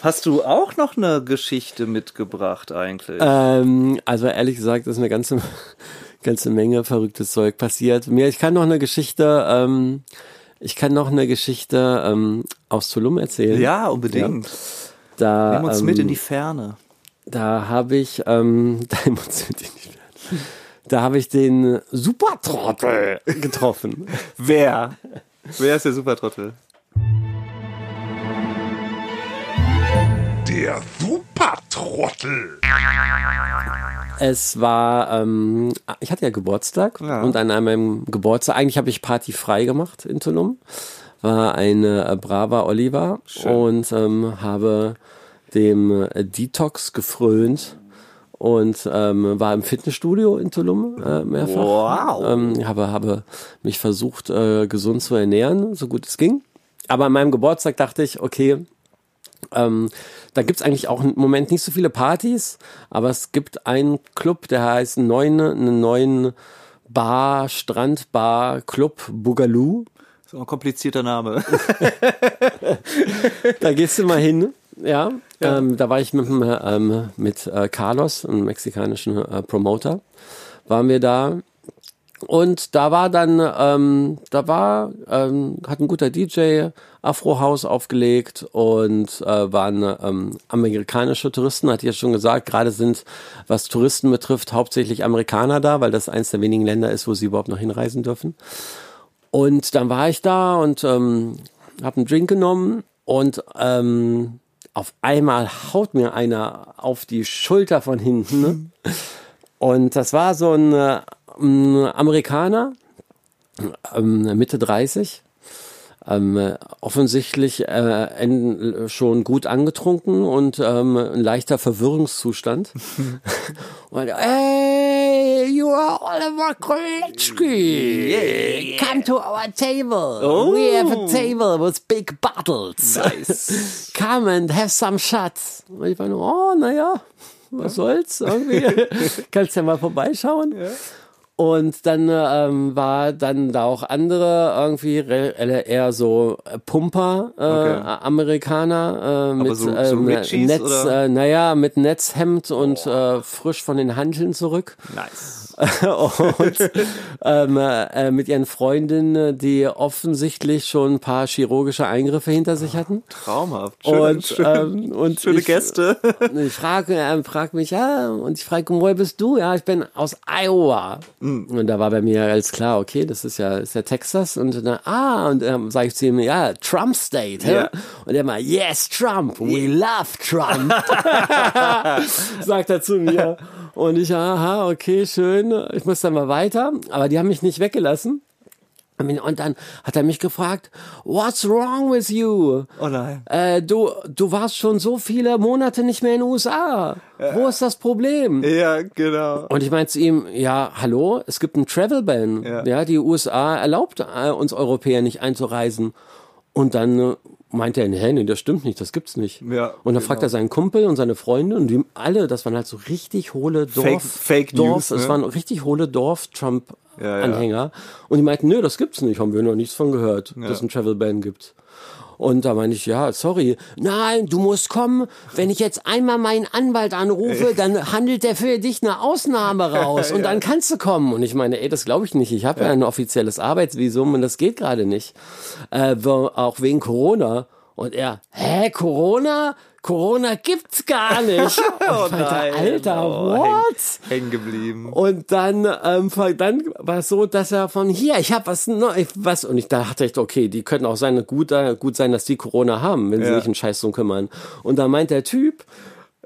[SPEAKER 1] Hast du auch noch eine Geschichte mitgebracht eigentlich?
[SPEAKER 2] Ähm, also ehrlich gesagt ist eine ganze, ganze Menge verrücktes Zeug passiert. Mir, ich kann noch eine Geschichte, ähm, ich kann noch eine Geschichte ähm, aus Tulum erzählen.
[SPEAKER 1] ja, unbedingt.
[SPEAKER 2] da,
[SPEAKER 1] Nimm uns
[SPEAKER 2] ähm,
[SPEAKER 1] mit in die Ferne.
[SPEAKER 2] Da habe ich, ähm, da nehmen wir uns mit in die Ferne. da habe ich den Supertrottel getroffen.
[SPEAKER 1] Wer? Wer ist der Supertrottel?
[SPEAKER 4] Der Supertrottel.
[SPEAKER 2] Es war, ähm, ich hatte ja Geburtstag
[SPEAKER 1] Ja.
[SPEAKER 2] und an meinem Geburtstag, eigentlich habe ich Party frei gemacht in Tulum, war eine äh, brava Oliver und ähm, habe dem äh, Detox gefrönt und ähm, war im Fitnessstudio in Tulum äh, mehrfach.
[SPEAKER 1] Wow.
[SPEAKER 2] Ähm, habe, habe mich versucht, äh, gesund zu ernähren, so gut es ging. Aber an meinem Geburtstag dachte ich, okay, ähm, da gibt's eigentlich auch im Moment nicht so viele Partys, aber es gibt einen Club, der heißt Neune, einen neuen Bar, Strandbar, Club Boogaloo.
[SPEAKER 1] So ein komplizierter Name.
[SPEAKER 2] Da gehst du mal hin. Ja, Ähm, da war ich mit, dem, äh, ähm, mit äh, Carlos, einem mexikanischen äh, Promoter, waren wir da. Und da war dann, ähm, da war, ähm, hat ein guter DJ Afro House aufgelegt und äh, waren ähm, amerikanische Touristen, hatte ich ja schon gesagt. Gerade sind, was Touristen betrifft, hauptsächlich Amerikaner da, weil das eins der wenigen Länder ist, wo sie überhaupt noch hinreisen dürfen. Und dann war ich da und ähm, habe einen Drink genommen und ähm, auf einmal haut mir einer auf die Schulter von hinten. Ne? Und das war so ein äh, ein Amerikaner, ähm, Mitte 30, ähm, äh, offensichtlich äh, en- schon gut angetrunken und ähm, ein leichter Verwirrungszustand. und, hey, you are Oliver Kolecki. Come to our table. We have a table with big bottles. Come and have some shots. Und ich war nur, oh, naja, was soll's? Irgendwie kannst ja mal vorbeischauen. Und dann ähm, war dann da auch andere irgendwie re- äh, eher so äh, Pumper äh,
[SPEAKER 1] Okay.
[SPEAKER 2] Amerikaner äh, mit
[SPEAKER 1] so- so
[SPEAKER 2] ähm,
[SPEAKER 1] Richies,
[SPEAKER 2] Netz,
[SPEAKER 1] oder?
[SPEAKER 2] äh, naja, mit Netzhemd und äh, frisch von den Handeln zurück.
[SPEAKER 1] Nice.
[SPEAKER 2] und ähm, äh, mit ihren Freundinnen, die offensichtlich schon ein paar chirurgische Eingriffe hinter sich
[SPEAKER 1] Ah,
[SPEAKER 2] hatten.
[SPEAKER 1] Traumhaft.
[SPEAKER 2] Und, ähm, und
[SPEAKER 1] schöne
[SPEAKER 2] ich-
[SPEAKER 1] Gäste.
[SPEAKER 2] Und ich frage, er fragt mich, ja, und ich frage, woher bist du? Ja, ich bin aus Iowa.
[SPEAKER 1] Hm.
[SPEAKER 2] Und da war bei mir alles klar, okay, das ist ja, ist ja Texas. Und dann, ah, und dann sage ich zu ihm, ja, Trump State. hä?
[SPEAKER 1] Ja.
[SPEAKER 2] Und er mal, yes, Trump, we love Trump. sagt er zu mir. Und ich, aha, okay, schön, ich muss dann mal weiter. Aber die haben mich nicht weggelassen. Und dann hat er mich gefragt, what's wrong with you?
[SPEAKER 1] Oh nein.
[SPEAKER 2] Äh, du, du warst schon so viele Monate nicht mehr in den USA. Wo
[SPEAKER 1] Äh.
[SPEAKER 2] ist das Problem?
[SPEAKER 1] Ja, genau.
[SPEAKER 2] Und ich meinte zu ihm, ja, hallo, es gibt einen Travel Ban.
[SPEAKER 1] Ja.
[SPEAKER 2] Ja, die USA erlaubt äh, uns Europäer nicht einzureisen. Und dann äh, meinte er, nee, nee, das stimmt nicht, das gibt's nicht.
[SPEAKER 1] Ja,
[SPEAKER 2] und dann
[SPEAKER 1] genau.
[SPEAKER 2] fragt er seinen Kumpel und seine Freunde und die alle, das waren halt so richtig hohle Dorf,
[SPEAKER 1] Fake- Fake
[SPEAKER 2] Dorf,
[SPEAKER 1] News,
[SPEAKER 2] es
[SPEAKER 1] ne?
[SPEAKER 2] waren richtig hohle
[SPEAKER 1] Ja, ja.
[SPEAKER 2] Dorf-Trump-Anhänger. Und die meinten, nö, das gibt's nicht, haben wir noch nichts von gehört, dass es einen Travel Ban gibt. Und da meinte ich, ja, sorry. Nein, du musst kommen. Wenn ich jetzt einmal meinen Anwalt anrufe, dann handelt der für dich eine Ausnahme raus und dann kannst du kommen. Und ich meine, ey, das glaube ich nicht. Ich habe ja. ein offizielles Arbeitsvisum und das geht gerade nicht. Äh, wo- auch wegen Corona. Und er, hä, Corona? Corona gibt's gar nicht. oh
[SPEAKER 1] nein.
[SPEAKER 2] Alter,
[SPEAKER 1] Oh, häng-
[SPEAKER 2] what?
[SPEAKER 1] Hängen geblieben.
[SPEAKER 2] Und dann, ähm, ver- dann war es so, dass er von hier, ich habe was Neues, was und ich dachte echt, okay, die könnten auch sein, gut, äh, gut sein, dass die Corona haben, wenn sie
[SPEAKER 1] Ja.
[SPEAKER 2] sich einen Scheiß drum kümmern. Und dann meint der Typ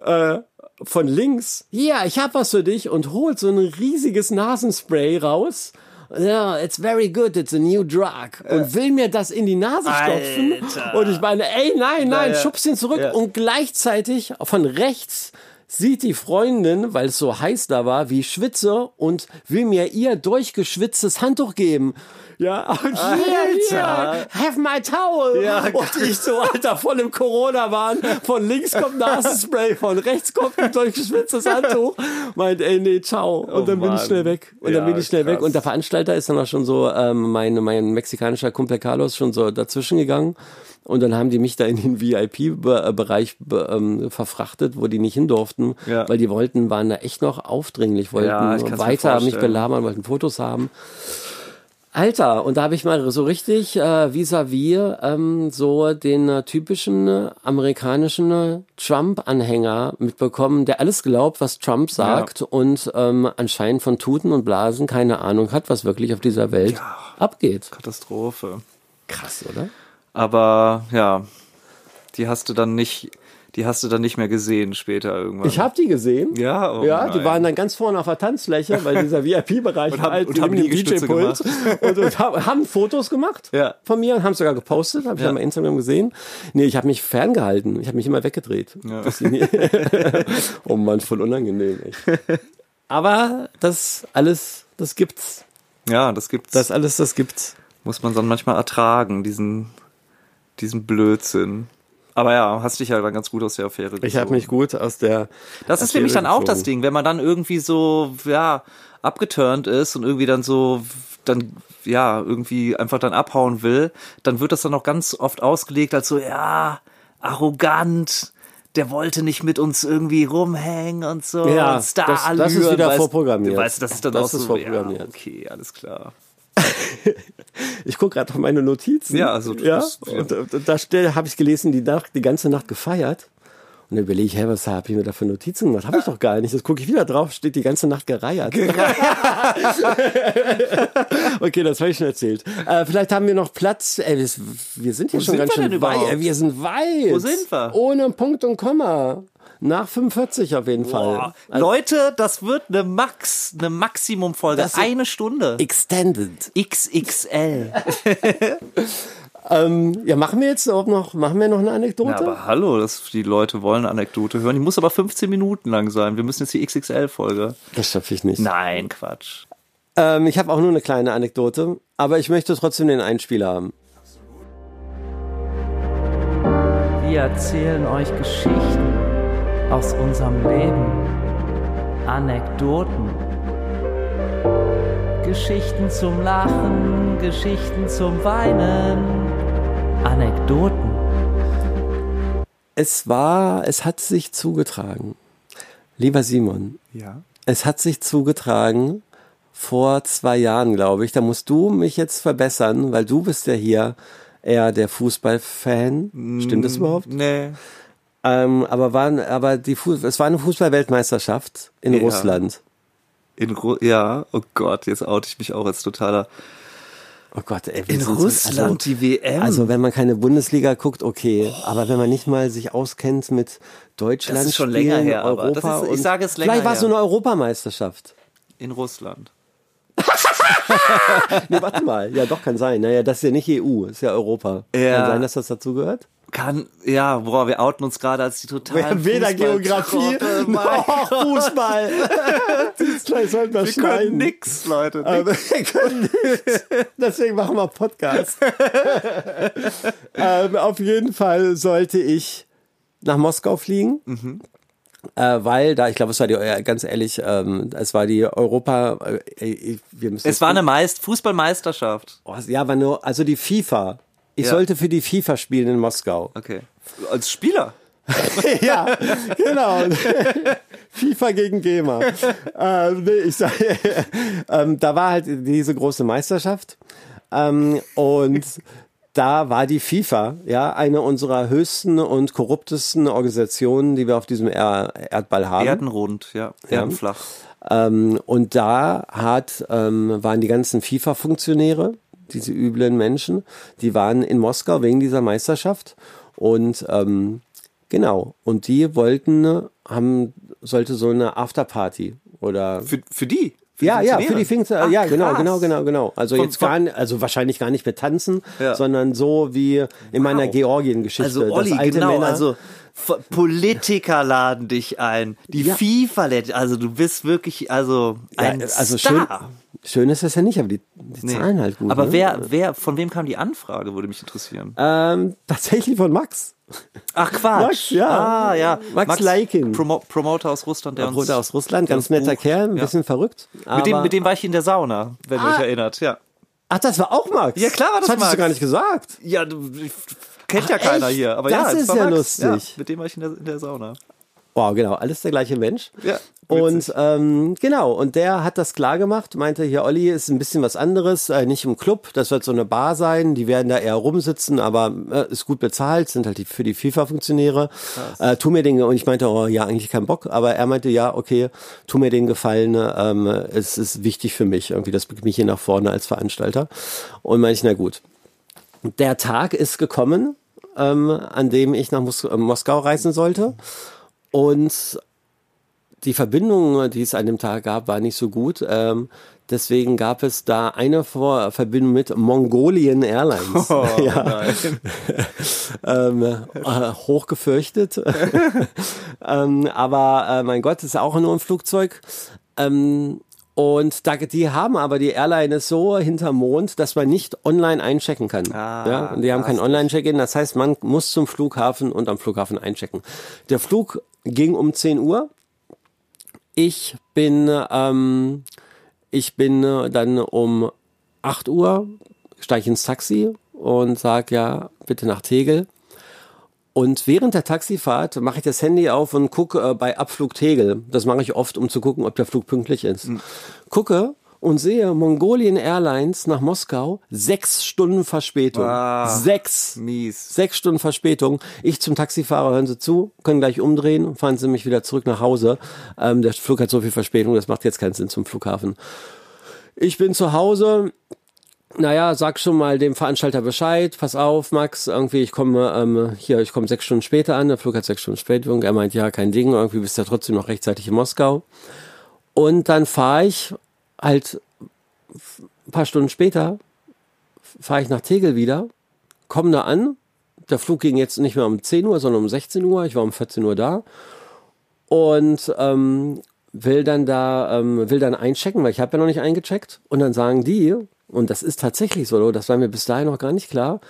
[SPEAKER 2] äh, von links, hier, ich habe was für dich und holt so ein riesiges Nasenspray raus yeah, it's very good, it's a new drug. Und will mir das in die Nase stopfen.
[SPEAKER 1] Alter.
[SPEAKER 2] Und ich meine, ey, nein, nein,
[SPEAKER 1] ja.
[SPEAKER 2] schubst ihn zurück.
[SPEAKER 1] Ja.
[SPEAKER 2] Und gleichzeitig von rechts sieht die Freundin, weil es so heiß da war, wie ich schwitze und will mir ihr durchgeschwitztes Handtuch geben. Ja, und
[SPEAKER 1] Alter.
[SPEAKER 2] Alter. have my towel.
[SPEAKER 1] Ja,
[SPEAKER 2] und ich so, Alter, voll im Corona waren. Von links kommt Nasenspray, von rechts kommt ein durchgeschwitztes Handtuch. Meint, ey, nee, ciao. Und dann bin ich
[SPEAKER 1] Oh Mann.
[SPEAKER 2] schnell weg. Und
[SPEAKER 1] Ja,
[SPEAKER 2] dann bin ich schnell
[SPEAKER 1] krass.
[SPEAKER 2] weg. Und der Veranstalter ist dann auch schon so, ähm, mein, mein mexikanischer Kumpel Carlos schon so dazwischen gegangen. Und dann haben die mich da in den VIP-Bereich äh, ähm, verfrachtet, wo die nicht hin durften,
[SPEAKER 1] Ja.
[SPEAKER 2] weil die wollten, waren da echt noch aufdringlich, wollten
[SPEAKER 1] Ja, ich kann's mir
[SPEAKER 2] weiter mich
[SPEAKER 1] vorstellen.
[SPEAKER 2] belabern, wollten Fotos haben. Alter, und da habe ich mal so richtig äh, vis-à-vis ähm, so den äh, typischen äh, amerikanischen äh, Trump-Anhänger mitbekommen, der alles glaubt, was Trump sagt und ähm, anscheinend von Tuten und Blasen keine Ahnung hat, was wirklich auf dieser Welt abgeht.
[SPEAKER 1] Katastrophe.
[SPEAKER 2] Krass, oder?
[SPEAKER 1] Aber ja, die hast du dann nicht, die hast du dann nicht mehr gesehen später irgendwann.
[SPEAKER 2] Ich habe die gesehen.
[SPEAKER 1] Ja, oh
[SPEAKER 2] ja, die
[SPEAKER 1] nein.
[SPEAKER 2] waren dann ganz vorne auf der Tanzfläche, weil dieser VIP-Bereich
[SPEAKER 1] Und
[SPEAKER 2] war
[SPEAKER 1] haben-
[SPEAKER 2] halt
[SPEAKER 1] und
[SPEAKER 2] neben
[SPEAKER 1] haben
[SPEAKER 2] dem
[SPEAKER 1] Liegestütze
[SPEAKER 2] DJ-Pult und, und haben, haben Fotos gemacht
[SPEAKER 1] Ja.
[SPEAKER 2] von mir und haben sogar gepostet, habe ich
[SPEAKER 1] Ja.
[SPEAKER 2] dann bei Instagram gesehen. Nee, ich habe mich ferngehalten, ich habe mich immer weggedreht. Dass die nie- oh Mann, voll unangenehm. Echt. Aber das alles, das gibt's.
[SPEAKER 1] ja, das gibt's.
[SPEAKER 2] Das alles, das gibt's.
[SPEAKER 1] muss man dann manchmal ertragen, diesen, diesen Blödsinn. Aber ja, hast dich ja dann ganz gut aus der Affäre gezogen.
[SPEAKER 2] Ich habe mich gut aus der.
[SPEAKER 1] Das ist nämlich dann auch das Ding, wenn man dann irgendwie so, ja, abgeturnt ist und irgendwie dann so, dann, ja, irgendwie einfach dann abhauen will, dann wird das dann auch ganz oft ausgelegt als so, ja, arrogant, der wollte nicht mit uns irgendwie rumhängen und so.
[SPEAKER 2] Ja,
[SPEAKER 1] und Starallüren,
[SPEAKER 2] das- das ist wieder
[SPEAKER 1] weißt-
[SPEAKER 2] vorprogrammiert.
[SPEAKER 1] Weißt du, das ist dann
[SPEAKER 2] Das
[SPEAKER 1] auch so,
[SPEAKER 2] ist vorprogrammiert.
[SPEAKER 1] ja, okay, alles klar.
[SPEAKER 2] Ich gucke gerade auf meine Notizen.
[SPEAKER 1] Ja, also du
[SPEAKER 2] ja,
[SPEAKER 1] bist-
[SPEAKER 2] und, und da habe ich gelesen, die, Nacht, die ganze Nacht gefeiert. Und dann überlege ich, hä, was habe ich mir da für Notizen gemacht? Habe ich doch gar nicht. Jetzt gucke ich wieder drauf, steht die ganze Nacht gereiert. okay, das habe ich schon erzählt. Äh, vielleicht haben wir noch Platz. Ey, wir, wir sind hier schon
[SPEAKER 1] sind
[SPEAKER 2] ganz
[SPEAKER 1] wir
[SPEAKER 2] schön
[SPEAKER 1] denn
[SPEAKER 2] weit.
[SPEAKER 1] überhaupt?
[SPEAKER 2] Ey, Wir sind weit.
[SPEAKER 1] Wo sind wir?
[SPEAKER 2] Ohne Punkt und Komma. Nach 45 auf jeden Fall. Also
[SPEAKER 1] Boah. Ah, Leute, das wird eine Max, eine Maximumfolge.
[SPEAKER 2] Das ist-
[SPEAKER 1] Eine Stunde.
[SPEAKER 2] Extended.
[SPEAKER 1] XXL.
[SPEAKER 2] Ja, machen wir jetzt auch noch, machen wir noch eine Anekdote?
[SPEAKER 1] Ja, aber hallo, das, die Leute wollen eine Anekdote hören. Die muss aber 15 Minuten lang sein. Wir müssen jetzt die XXL-Folge.
[SPEAKER 2] das schaffe ich nicht.
[SPEAKER 1] Nein, Quatsch.
[SPEAKER 2] Ähm, ich habe auch nur eine kleine Anekdote, aber ich möchte trotzdem den Einspieler haben.
[SPEAKER 5] Wir erzählen euch Geschichten aus unserem Leben, Anekdoten, Geschichten zum Lachen, Geschichten zum Weinen, Anekdoten.
[SPEAKER 2] Es war, es hat sich zugetragen. Lieber Simon,
[SPEAKER 1] Ja.
[SPEAKER 2] es hat sich zugetragen vor zwei Jahren, glaube ich. Da musst du mich jetzt verbessern, weil du bist ja hier eher der Fußballfan. Stimmt das überhaupt?
[SPEAKER 1] Mm, Nee.
[SPEAKER 2] Ähm, aber waren, aber die Fuß, es war eine Fußballweltmeisterschaft in
[SPEAKER 1] Ja.
[SPEAKER 2] Russland.
[SPEAKER 1] In Ru ja, oh Gott, jetzt oute ich mich auch als totaler.
[SPEAKER 2] Oh Gott, ey, wir
[SPEAKER 1] In
[SPEAKER 2] sind so-
[SPEAKER 1] Russland die WM?
[SPEAKER 2] Also, wenn man keine Bundesliga guckt, okay. Aber wenn man nicht mal sich auskennt mit Deutschland,
[SPEAKER 1] Das ist schon
[SPEAKER 2] Spielen,
[SPEAKER 1] länger her, aber
[SPEAKER 2] Europa
[SPEAKER 1] das ist- ich
[SPEAKER 2] und-
[SPEAKER 1] sage es länger
[SPEAKER 2] Vielleicht war es
[SPEAKER 1] her.
[SPEAKER 2] nur eine Europameisterschaft.
[SPEAKER 1] In Russland.
[SPEAKER 2] Nee, warte mal. Ja, doch, kann sein. Naja, das ist ja nicht EU, ist ja Europa.
[SPEAKER 1] Ja.
[SPEAKER 2] Kann sein, dass das dazugehört?
[SPEAKER 1] Kann, ja, boah, wir outen uns gerade als die totalen. Fußball- Trottel, Mann.
[SPEAKER 2] Fußball. Vielleicht sollten wir
[SPEAKER 1] Wir können nix, Leute. Nix.
[SPEAKER 2] wir können nicht. Also, Deswegen machen wir Podcast. ähm, auf jeden Fall sollte ich nach Moskau fliegen.
[SPEAKER 1] Mhm.
[SPEAKER 2] Äh, weil da, ich glaube, es war die, äh, ganz ehrlich, ähm, es war die Europa, äh, äh, wir müssen
[SPEAKER 1] Es war eine Meist Fußballmeisterschaft.
[SPEAKER 2] oh, ja, war nur, also die FIFA. Ich
[SPEAKER 1] Ja.
[SPEAKER 2] sollte für die FIFA spielen in Moskau.
[SPEAKER 1] Okay. Als Spieler.
[SPEAKER 2] ja, genau. FIFA gegen GEMA. ähm, nee, ich sag, ähm, da war halt diese große Meisterschaft. Ähm, und da war die FIFA, ja, eine unserer höchsten und korruptesten Organisationen, die wir auf diesem er Erdball haben.
[SPEAKER 1] Erdenrund, ja. Erdenflach.
[SPEAKER 2] Ähm, und da hat, ähm, waren die ganzen FIFA-Funktionäre, diese üblen Menschen, die waren in Moskau wegen dieser Meisterschaft. Und ähm, genau, und die wollten, haben, sollte so eine Afterparty oder
[SPEAKER 1] Für, für die? Für
[SPEAKER 2] ja, ja, für
[SPEAKER 1] Funktionäre.
[SPEAKER 2] die Pfingsten,
[SPEAKER 1] Ach,
[SPEAKER 2] ja, genau,
[SPEAKER 1] krass.
[SPEAKER 2] genau, genau, genau. Also
[SPEAKER 1] Vom-
[SPEAKER 2] jetzt gar, nicht- also wahrscheinlich gar nicht mit Tanzen,
[SPEAKER 1] Ja.
[SPEAKER 2] sondern so wie in meiner Georgien-Geschichte.
[SPEAKER 1] Also
[SPEAKER 2] dass
[SPEAKER 1] Olli,
[SPEAKER 2] äh, alte
[SPEAKER 1] genau,
[SPEAKER 2] Männer-
[SPEAKER 1] also F- Politiker laden dich ein, die
[SPEAKER 2] Ja.
[SPEAKER 1] FIFA lädt, also du bist wirklich, also
[SPEAKER 2] ja,
[SPEAKER 1] ein
[SPEAKER 2] also schön,
[SPEAKER 1] Star.
[SPEAKER 2] schön ist das ja nicht, aber die, die
[SPEAKER 1] Nee.
[SPEAKER 2] zahlen halt gut.
[SPEAKER 1] Aber
[SPEAKER 2] ne?
[SPEAKER 1] wer, wer, von wem kam die Anfrage, würde mich interessieren.
[SPEAKER 2] Ähm, tatsächlich von Max.
[SPEAKER 1] Ach Quatsch.
[SPEAKER 2] Max, ja.
[SPEAKER 1] Ah, ja.
[SPEAKER 2] Max Leikin.
[SPEAKER 1] Promo Promoter aus Russland, der uns.
[SPEAKER 2] Bruder aus Russland,
[SPEAKER 1] der
[SPEAKER 2] ganz
[SPEAKER 1] uns
[SPEAKER 2] netter
[SPEAKER 1] bucht.
[SPEAKER 2] Kerl, ein
[SPEAKER 1] Ja.
[SPEAKER 2] bisschen verrückt. Aber,
[SPEAKER 1] Mit dem, mit dem war ich in der Sauna, wenn du
[SPEAKER 2] Ah.
[SPEAKER 1] dich erinnert, ja.
[SPEAKER 2] ach, das war auch Max.
[SPEAKER 1] Ja, klar war das
[SPEAKER 2] das hattest
[SPEAKER 1] Max.
[SPEAKER 2] du gar nicht gesagt.
[SPEAKER 1] Ja, du, kennt
[SPEAKER 2] Ach,
[SPEAKER 1] ja keiner
[SPEAKER 2] echt?
[SPEAKER 1] hier. Aber ja,
[SPEAKER 2] Das
[SPEAKER 1] es
[SPEAKER 2] ist
[SPEAKER 1] war
[SPEAKER 2] ja
[SPEAKER 1] Max.
[SPEAKER 2] lustig.
[SPEAKER 1] Ja, mit dem war ich in der, in der Sauna.
[SPEAKER 2] Wow, genau, alles der gleiche Mensch.
[SPEAKER 1] Ja,
[SPEAKER 2] und ähm, genau, und der hat das klar gemacht, meinte hier, Olli ist ein bisschen was anderes, äh, nicht im Club, das wird so eine Bar sein, die werden da eher rumsitzen, aber äh, ist gut bezahlt, sind halt die, für die FIFA-Funktionäre, äh, tu mir den, und ich meinte, oh ja, eigentlich kein Bock, aber er meinte, ja, okay, tu mir den Gefallen, ähm, es ist wichtig für mich, irgendwie, das bringt mich hier nach vorne als Veranstalter. Und meinte ich, na gut, der Tag ist gekommen, ähm, an dem ich nach Mos äh, Moskau reisen sollte. Und die Verbindung, die es an dem Tag gab, war nicht so gut. Ähm, deswegen gab es da eine Vor Verbindung mit Mongolian Airlines. ja, ähm, äh, hochgefürchtet. ähm, aber äh, mein Gott, ist ja auch nur ein Flugzeug. Ähm, und da, die haben aber die Airline ist so hinterm Mond, dass man nicht online einchecken kann.
[SPEAKER 1] Ah,
[SPEAKER 2] ja, und die haben kein
[SPEAKER 1] krass.
[SPEAKER 2] Online-Check-In. Das heißt, man muss zum Flughafen und am Flughafen einchecken. Der Flug ging um 10 Uhr. Ich bin, ähm, ich bin äh, dann um 8 Uhr, steige ich ins Taxi und sage ja, bitte nach Tegel. Und während der Taxifahrt mache ich das Handy auf und gucke äh, bei Abflug Tegel. Das mache ich oft, um zu gucken, ob der Flug pünktlich ist. Gucke und sehe Mongolian Airlines nach Moskau sechs Stunden Verspätung.
[SPEAKER 1] Ah.
[SPEAKER 2] sechs.
[SPEAKER 1] Mies.
[SPEAKER 2] Sechs Stunden Verspätung. Ich zum Taxifahrer, hören Sie zu, können gleich umdrehen, fahren Sie mich wieder zurück nach Hause. Ähm, der Flug hat so viel Verspätung, das macht jetzt keinen Sinn zum Flughafen. Ich bin zu Hause. Naja, sag schon mal dem Veranstalter Bescheid. Pass auf, Max, irgendwie, ich komme ähm, hier, ich komme sechs Stunden später an. Der Flug hat sechs Stunden Spätung. Er meint, ja, kein Ding, irgendwie bist du ja trotzdem noch rechtzeitig in Moskau. Und dann fahre ich halt ein paar Stunden später, fahre ich nach Tegel wieder, komme da an, der Flug ging jetzt nicht mehr um 10 Uhr, sondern um 16 Uhr. Ich war um 14 Uhr da. Und ähm, will dann da, ähm, will dann einchecken, weil ich habe ja noch nicht eingecheckt. Und dann sagen die, und das ist tatsächlich so, das war mir bis dahin noch gar nicht klar,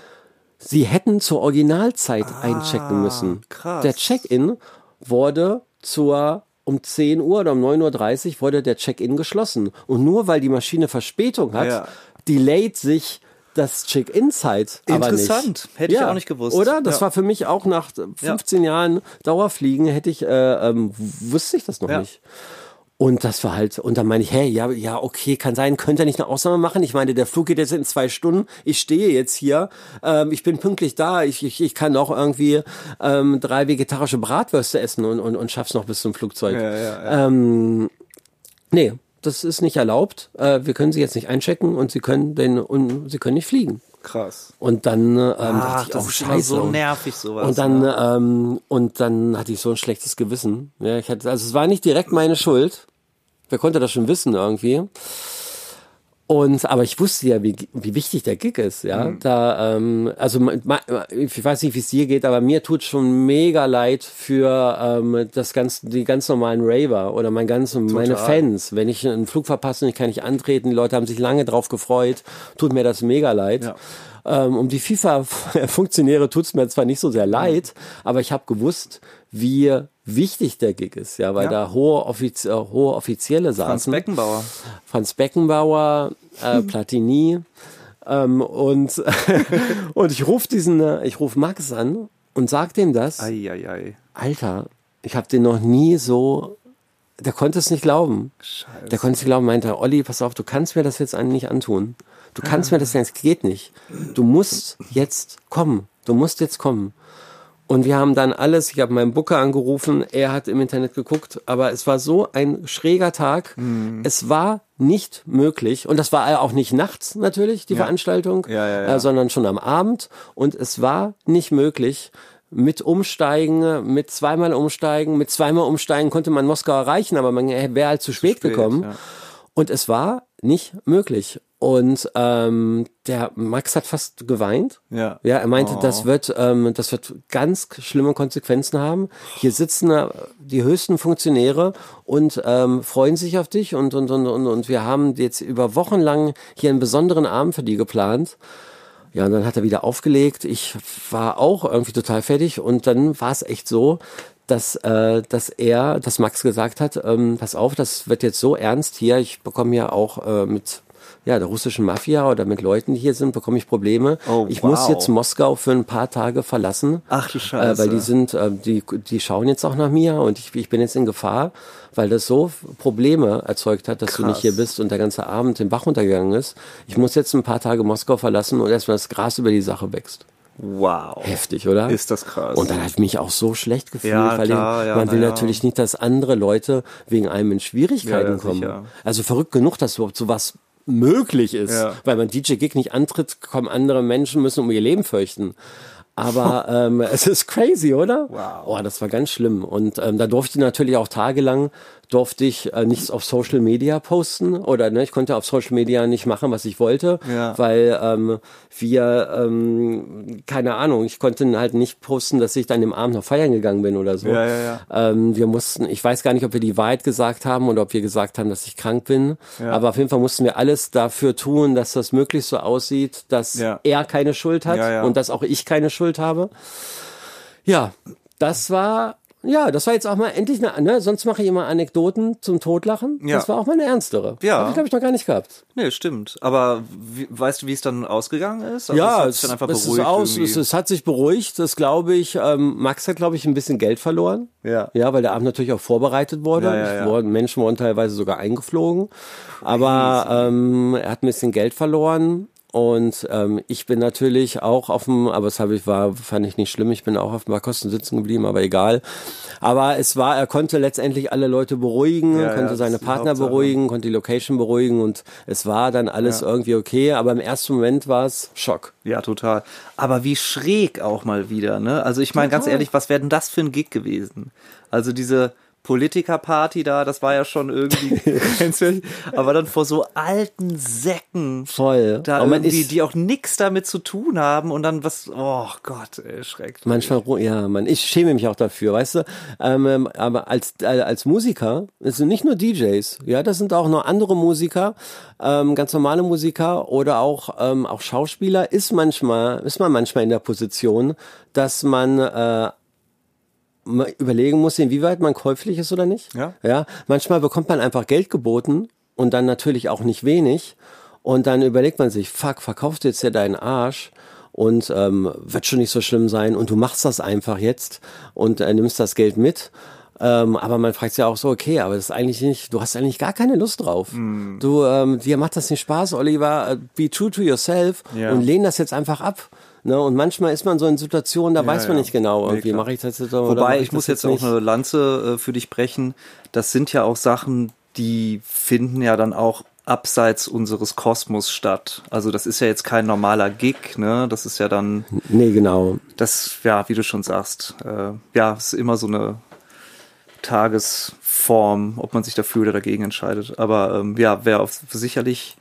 [SPEAKER 2] sie hätten zur Originalzeit einchecken müssen.
[SPEAKER 1] Ah, krass.
[SPEAKER 2] Der Check-in wurde zur um 10 Uhr oder um 9.30 Uhr wurde der Check-in geschlossen. Und nur weil die Maschine Verspätung hat,
[SPEAKER 1] Ja.
[SPEAKER 2] delayed sich das Check-in-Zeit. Aber nicht.
[SPEAKER 1] Interessant. Hätte ich auch nicht gewusst.
[SPEAKER 2] Oder? Das
[SPEAKER 1] Ja.
[SPEAKER 2] war für mich auch nach 15 Jahren Dauerfliegen, hätte ich, äh, ähm, w- wusste ich das noch
[SPEAKER 1] Ja.
[SPEAKER 2] nicht. Und das war halt, und dann meine ich, hey, ja, ja, okay, kann sein, könnt ihr nicht eine Ausnahme machen? Ich meine, der Flug geht jetzt in zwei Stunden, ich stehe jetzt hier, ähm, ich bin pünktlich da, ich, ich, ich kann auch irgendwie ähm, drei vegetarische Bratwürste essen und, und, und schaff's noch bis zum Flugzeug. Ähm,
[SPEAKER 1] Ja, ja,
[SPEAKER 2] Nee, das ist nicht erlaubt. Äh, wir können sie jetzt nicht einchecken und sie können den, und sie können nicht fliegen.
[SPEAKER 1] Krass.
[SPEAKER 2] Und dann ähm,
[SPEAKER 1] Ach,
[SPEAKER 2] dachte ich,
[SPEAKER 1] das
[SPEAKER 2] oh
[SPEAKER 1] ist
[SPEAKER 2] scheiße.
[SPEAKER 1] immer so
[SPEAKER 2] Und-
[SPEAKER 1] nervig sowas.
[SPEAKER 2] und dann, ähm, und dann hatte ich so ein schlechtes Gewissen. Ja, ich hatte, also es war nicht direkt meine Schuld. Wer konnte das schon wissen irgendwie? Und, aber ich wusste ja, wie, wie wichtig der Gig ist, ja. Da, ähm, also ma- ma- ich weiß nicht, wie es dir geht, aber mir tut schon mega leid für ähm, das ganz, die ganz normalen Raver oder mein ganz, meine Fans. Wenn ich einen Flug verpasse und ich kann nicht antreten, die Leute haben sich lange drauf gefreut, tut mir das mega leid. Ähm, um die FIFA-Funktionäre tut's mir zwar nicht so sehr leid, aber ich habe gewusst, wie wichtig der Gig ist, ja, weil da hohe, Offiz äh, hohe Offizielle saßen.
[SPEAKER 1] Franz Beckenbauer.
[SPEAKER 2] Franz Beckenbauer, äh, Platini. Ähm, und, und ich rufe diesen, äh, ich rufe Max an und sag dem das.
[SPEAKER 1] Ah, Eieiei.
[SPEAKER 2] Alter, ich habe den noch nie so. Der konnte es nicht glauben.
[SPEAKER 1] Scheiße.
[SPEAKER 2] Der konnte es nicht glauben, meinte, Olli, pass auf, du kannst mir das jetzt an- nicht antun. Du kannst mir das
[SPEAKER 1] Ah.
[SPEAKER 2] jetzt, geht nicht. Du musst jetzt kommen. Du musst jetzt kommen. Und wir haben dann alles, ich habe meinen Booker angerufen, er hat im Internet geguckt, aber es war so ein schräger Tag.
[SPEAKER 1] Mhm.
[SPEAKER 2] Es war nicht möglich und das war ja auch nicht nachts natürlich, die Veranstaltung,
[SPEAKER 1] Ja, ja, ja.
[SPEAKER 2] Äh, sondern schon am Abend und es war nicht möglich. Mit Umsteigen, mit zweimal Umsteigen, mit zweimal Umsteigen konnte man Moskau erreichen, aber man wäre halt zu spät,
[SPEAKER 1] spät,
[SPEAKER 2] gekommen.
[SPEAKER 1] ja.
[SPEAKER 2] Und es war nicht möglich. Und ähm, der Max hat fast geweint.
[SPEAKER 1] Ja.
[SPEAKER 2] Ja, er meinte,
[SPEAKER 1] Oh.
[SPEAKER 2] das wird, ähm, das wird ganz schlimme Konsequenzen haben. Hier sitzen äh, die höchsten Funktionäre und ähm, freuen sich auf dich und und und und und wir haben jetzt über Wochen lang hier einen besonderen Abend für die geplant. Ja, und dann hat er wieder aufgelegt. Ich war auch irgendwie total fertig und dann war es echt so, dass, äh, dass er, dass Max gesagt hat, ähm, pass auf, das wird jetzt so ernst hier. Ich bekomme ja auch äh, mit ja, der russischen Mafia oder mit Leuten, die hier sind, bekomme ich Probleme.
[SPEAKER 1] Oh,
[SPEAKER 2] ich muss
[SPEAKER 1] wow.
[SPEAKER 2] jetzt Moskau für ein paar Tage verlassen.
[SPEAKER 1] Ach du Scheiße.
[SPEAKER 2] Äh, weil die sind, äh, die, die schauen jetzt auch nach mir und ich, ich bin jetzt in Gefahr, weil das so Probleme erzeugt hat, dass du nicht hier bist und der ganze Abend den Bach runtergegangen ist. Ich muss jetzt ein paar Tage Moskau verlassen und erstmal das Gras über die Sache wächst.
[SPEAKER 1] Wow.
[SPEAKER 2] Heftig, oder?
[SPEAKER 1] Ist das krass.
[SPEAKER 2] Und dann hat mich auch so schlecht gefühlt,
[SPEAKER 1] Ja,
[SPEAKER 2] weil
[SPEAKER 1] klar,
[SPEAKER 2] ich,
[SPEAKER 1] ja,
[SPEAKER 2] man will
[SPEAKER 1] na ja.
[SPEAKER 2] natürlich nicht, dass andere Leute wegen einem in Schwierigkeiten
[SPEAKER 1] Ja, ja,
[SPEAKER 2] kommen.
[SPEAKER 1] sicher.
[SPEAKER 2] Also verrückt genug, dass überhaupt sowas möglich ist,
[SPEAKER 1] Ja.
[SPEAKER 2] weil man DJ Gig nicht antritt, kommen andere Menschen müssen um ihr Leben fürchten. Aber ähm, es ist crazy, oder?
[SPEAKER 1] Wow.
[SPEAKER 2] Oh, das war ganz schlimm. Und ähm, da durfte ich natürlich auch tagelang durfte ich äh, nichts auf Social Media posten oder ne, ich konnte auf Social Media nicht machen, was ich wollte,
[SPEAKER 1] Ja.
[SPEAKER 2] weil ähm, wir ähm, keine Ahnung, ich konnte halt nicht posten, dass ich dann im Abend noch feiern gegangen bin oder so.
[SPEAKER 1] Ja, ja, ja.
[SPEAKER 2] Ähm, wir mussten, ich weiß gar nicht, ob wir die Wahrheit gesagt haben oder ob wir gesagt haben, dass ich krank bin. Aber auf jeden Fall mussten wir alles dafür tun, dass das möglichst so aussieht, dass
[SPEAKER 1] Ja.
[SPEAKER 2] er keine Schuld hat
[SPEAKER 1] Ja, ja.
[SPEAKER 2] und dass auch ich keine Schuld habe. Ja, das war. Ja, das war jetzt auch mal endlich eine, ne, sonst mache ich immer Anekdoten zum Totlachen.
[SPEAKER 1] Ja.
[SPEAKER 2] Das war auch mal eine ernstere.
[SPEAKER 1] Ja.
[SPEAKER 2] Hab ich, glaube ich, noch gar nicht gehabt.
[SPEAKER 1] Nee, stimmt. Aber wie, weißt du, wie es dann ausgegangen ist? Also es hat sich dann einfach
[SPEAKER 2] es,
[SPEAKER 1] beruhigt
[SPEAKER 2] ist aus,
[SPEAKER 1] irgendwie.
[SPEAKER 2] es, es hat sich beruhigt. Das glaube ich, ähm, Max hat, glaube ich, ein bisschen Geld verloren.
[SPEAKER 1] Ja.
[SPEAKER 2] Ja, weil der Abend natürlich auch vorbereitet wurde.
[SPEAKER 1] Ja, ja,
[SPEAKER 2] Ich
[SPEAKER 1] ja.
[SPEAKER 2] Wurden, Menschen wurden teilweise sogar eingeflogen. Aber ähm, er hat ein bisschen Geld verloren. Und ähm, ich bin natürlich auch auf dem, aber das habe ich war, fand ich nicht schlimm, ich bin auch auf ein paar Kosten sitzen geblieben, aber egal. Aber es war, er konnte letztendlich alle Leute beruhigen,
[SPEAKER 1] Ja, ja,
[SPEAKER 2] konnte
[SPEAKER 1] das
[SPEAKER 2] seine
[SPEAKER 1] ist die
[SPEAKER 2] Partner
[SPEAKER 1] Hauptsache.
[SPEAKER 2] beruhigen, konnte die Location beruhigen und es war dann alles irgendwie okay. Aber im ersten Moment war es Schock.
[SPEAKER 1] Ja, total. Aber wie schräg auch mal wieder, ne? Also ich meine, ganz ehrlich, was wäre denn das für ein Gig gewesen? Also diese Politikerparty da, das war ja schon irgendwie grenzwertig. Aber dann vor so alten Säcken.
[SPEAKER 2] Voll.
[SPEAKER 1] Da
[SPEAKER 2] Aber man
[SPEAKER 1] irgendwie,
[SPEAKER 2] ist-
[SPEAKER 1] die auch nichts damit zu tun haben und dann was, oh Gott, ey, schrecklich.
[SPEAKER 2] Manchmal, ru- ja, man, ich schäme mich auch dafür, weißt du. Ähm, ähm, aber als, äh, als Musiker, es sind nicht nur DJs, ja, das sind auch noch andere Musiker, ähm, ganz normale Musiker oder auch, ähm, auch Schauspieler, ist manchmal, ist man manchmal in der Position, dass man, äh, ma- überlegen muss, inwieweit man käuflich ist oder nicht.
[SPEAKER 1] Ja.
[SPEAKER 2] ja. Manchmal bekommt man einfach Geld geboten und dann natürlich auch nicht wenig. Und dann überlegt man sich, fuck, verkaufst du jetzt ja deinen Arsch und ähm, wird schon nicht so schlimm sein und du machst das einfach jetzt und äh, nimmst das Geld mit. Ähm, aber man fragt sich ja auch so, okay, aber das ist eigentlich nicht, du hast eigentlich gar keine Lust drauf.
[SPEAKER 1] Hm.
[SPEAKER 2] Du, ähm, dir macht das nicht Spaß, Oliver, äh, be true to yourself
[SPEAKER 1] Ja.
[SPEAKER 2] und lehn das jetzt einfach ab. Ne? Und manchmal ist man so in Situationen, da weiß man
[SPEAKER 1] ja.
[SPEAKER 2] nicht genau,
[SPEAKER 1] Nee,
[SPEAKER 2] irgendwie
[SPEAKER 1] klar.
[SPEAKER 2] mache ich das jetzt aber oder Oh, mach
[SPEAKER 1] Wobei, ich
[SPEAKER 2] das
[SPEAKER 1] muss jetzt auch
[SPEAKER 2] nicht?
[SPEAKER 1] eine Lanze äh, für dich brechen. Das sind ja auch Sachen, die finden ja dann auch abseits unseres Kosmos statt. Also das ist ja jetzt kein normaler Gig, ne? Das ist ja dann,
[SPEAKER 2] Nee, genau.
[SPEAKER 1] das, ja, wie du schon sagst, äh, ja, es ist immer so eine Tagesform, ob man sich dafür oder dagegen entscheidet. Aber ähm, ja, wäre auf- sicherlich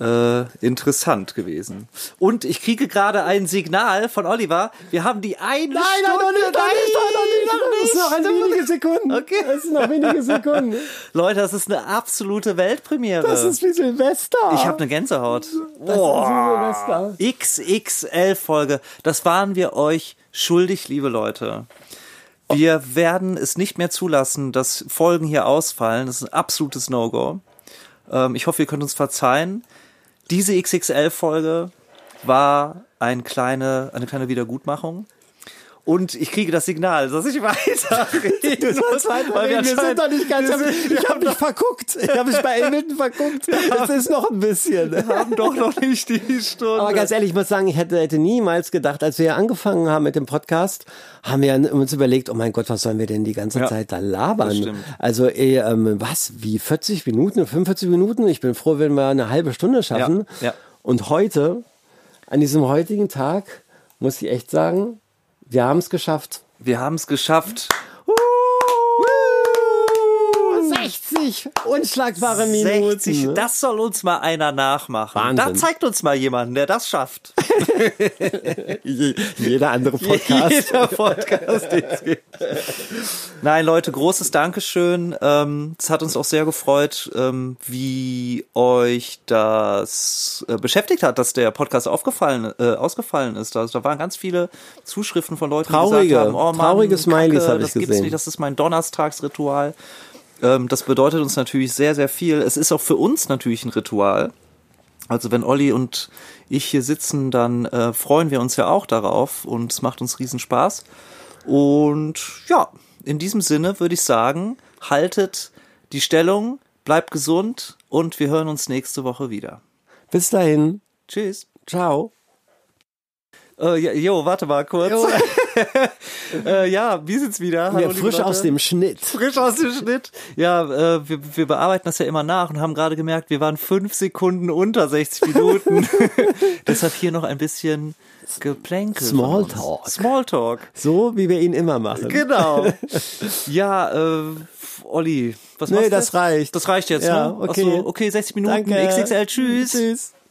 [SPEAKER 1] äh, interessant gewesen. Und ich kriege gerade ein Signal von Oliver. Wir haben die eine Stunde.
[SPEAKER 2] Das ist noch ein wenige Sekunden.
[SPEAKER 1] Okay.
[SPEAKER 2] Das sind noch wenige Sekunden.
[SPEAKER 1] Leute, das ist eine absolute Weltpremiere.
[SPEAKER 2] Das ist wie Silvester.
[SPEAKER 1] ich ne- habe eine Gänsehaut.
[SPEAKER 2] Das ist wie Silvester.
[SPEAKER 1] XXL-Folge. Das waren wir euch schuldig, liebe Leute. Wir werden es nicht mehr zulassen, dass Folgen hier ausfallen. Das ist ein absolutes No-Go. Ähm, ich hoffe, ihr könnt uns verzeihen. Diese XXL-Folge war ein kleine, eine kleine Wiedergutmachung. Und ich kriege das Signal, dass ich weiter reden muss, weil wir
[SPEAKER 2] wir sind
[SPEAKER 1] anscheinend-
[SPEAKER 2] doch nicht ganz.
[SPEAKER 1] wir sind-
[SPEAKER 2] Ich habe mich verguckt. Ich habe mich bei Hamilton verguckt. Es ist noch ein bisschen.
[SPEAKER 1] haben doch noch nicht die Stunde.
[SPEAKER 2] Aber ganz ehrlich, ich muss sagen, ich hätte, hätte niemals gedacht, als wir hier angefangen haben mit dem Podcast, haben wir an- uns überlegt, oh mein Gott, was sollen wir denn die ganze
[SPEAKER 1] Ja,
[SPEAKER 2] Zeit da
[SPEAKER 1] das
[SPEAKER 2] labern?
[SPEAKER 1] stimmt.
[SPEAKER 2] Also eh, ähm, was, wie 40 Minuten, 45 Minuten? Ich bin froh, wenn wir eine halbe Stunde schaffen.
[SPEAKER 1] Ja, ja.
[SPEAKER 2] Und heute, an diesem heutigen Tag, muss ich echt sagen, wir haben es geschafft.
[SPEAKER 1] wir haben es geschafft.
[SPEAKER 2] 60 60 unschlagbare Minuten. ne?
[SPEAKER 1] 60, das soll uns mal einer nachmachen.
[SPEAKER 2] Wahnsinn.
[SPEAKER 1] Da zeigt uns mal jemanden, der das schafft.
[SPEAKER 2] Je- Jeder andere Podcast.
[SPEAKER 1] Jeder Podcast, den es gibt. Nein, Leute, großes Dankeschön. Ähm, Es hat uns auch sehr gefreut, ähm, wie euch das äh, beschäftigt hat, dass der Podcast aufgefallen, äh, ausgefallen ist. Also, da waren ganz viele Zuschriften von Leuten, die
[SPEAKER 2] Traurige,
[SPEAKER 1] gesagt haben, oh Mann,
[SPEAKER 2] traurige Smileys
[SPEAKER 1] Kacke,
[SPEAKER 2] habe ich
[SPEAKER 1] das gibt's
[SPEAKER 2] gesehen.
[SPEAKER 1] nicht, das ist mein Donnerstagsritual. Ähm, Das bedeutet uns natürlich sehr, sehr viel. Es ist auch für uns natürlich ein Ritual. Also wenn Olli und ich hier sitzen, dann äh, freuen wir uns ja auch darauf und es macht uns riesen Spaß. Und ja, in diesem Sinne würde ich sagen, haltet die Stellung, bleibt gesund und wir hören uns nächste Woche wieder.
[SPEAKER 2] Bis dahin.
[SPEAKER 1] Tschüss.
[SPEAKER 2] Ciao.
[SPEAKER 1] Äh, ja, jo, warte mal kurz. äh, ja, wir sind's wieder.
[SPEAKER 2] Ja,
[SPEAKER 1] liebe
[SPEAKER 2] frisch
[SPEAKER 1] Leute.
[SPEAKER 2] aus dem Schnitt.
[SPEAKER 1] Frisch aus dem Schnitt. Ja, äh, wir, wir bearbeiten das ja immer nach und haben gerade gemerkt, wir waren fünf Sekunden unter 60 Minuten. Deshalb hier noch ein bisschen Geplänkel. von uns.
[SPEAKER 2] Smalltalk.
[SPEAKER 1] Smalltalk.
[SPEAKER 2] So, wie wir ihn immer machen.
[SPEAKER 1] Genau. Ja, äh, Olli, was
[SPEAKER 2] Nee,
[SPEAKER 1] machst du
[SPEAKER 2] das
[SPEAKER 1] jetzt?
[SPEAKER 2] reicht.
[SPEAKER 1] Das reicht jetzt,
[SPEAKER 2] Ja,
[SPEAKER 1] ne?
[SPEAKER 2] okay.
[SPEAKER 1] Achso, okay, 60 Minuten,
[SPEAKER 2] Danke.
[SPEAKER 1] XXL, tschüss.
[SPEAKER 2] Tschüss.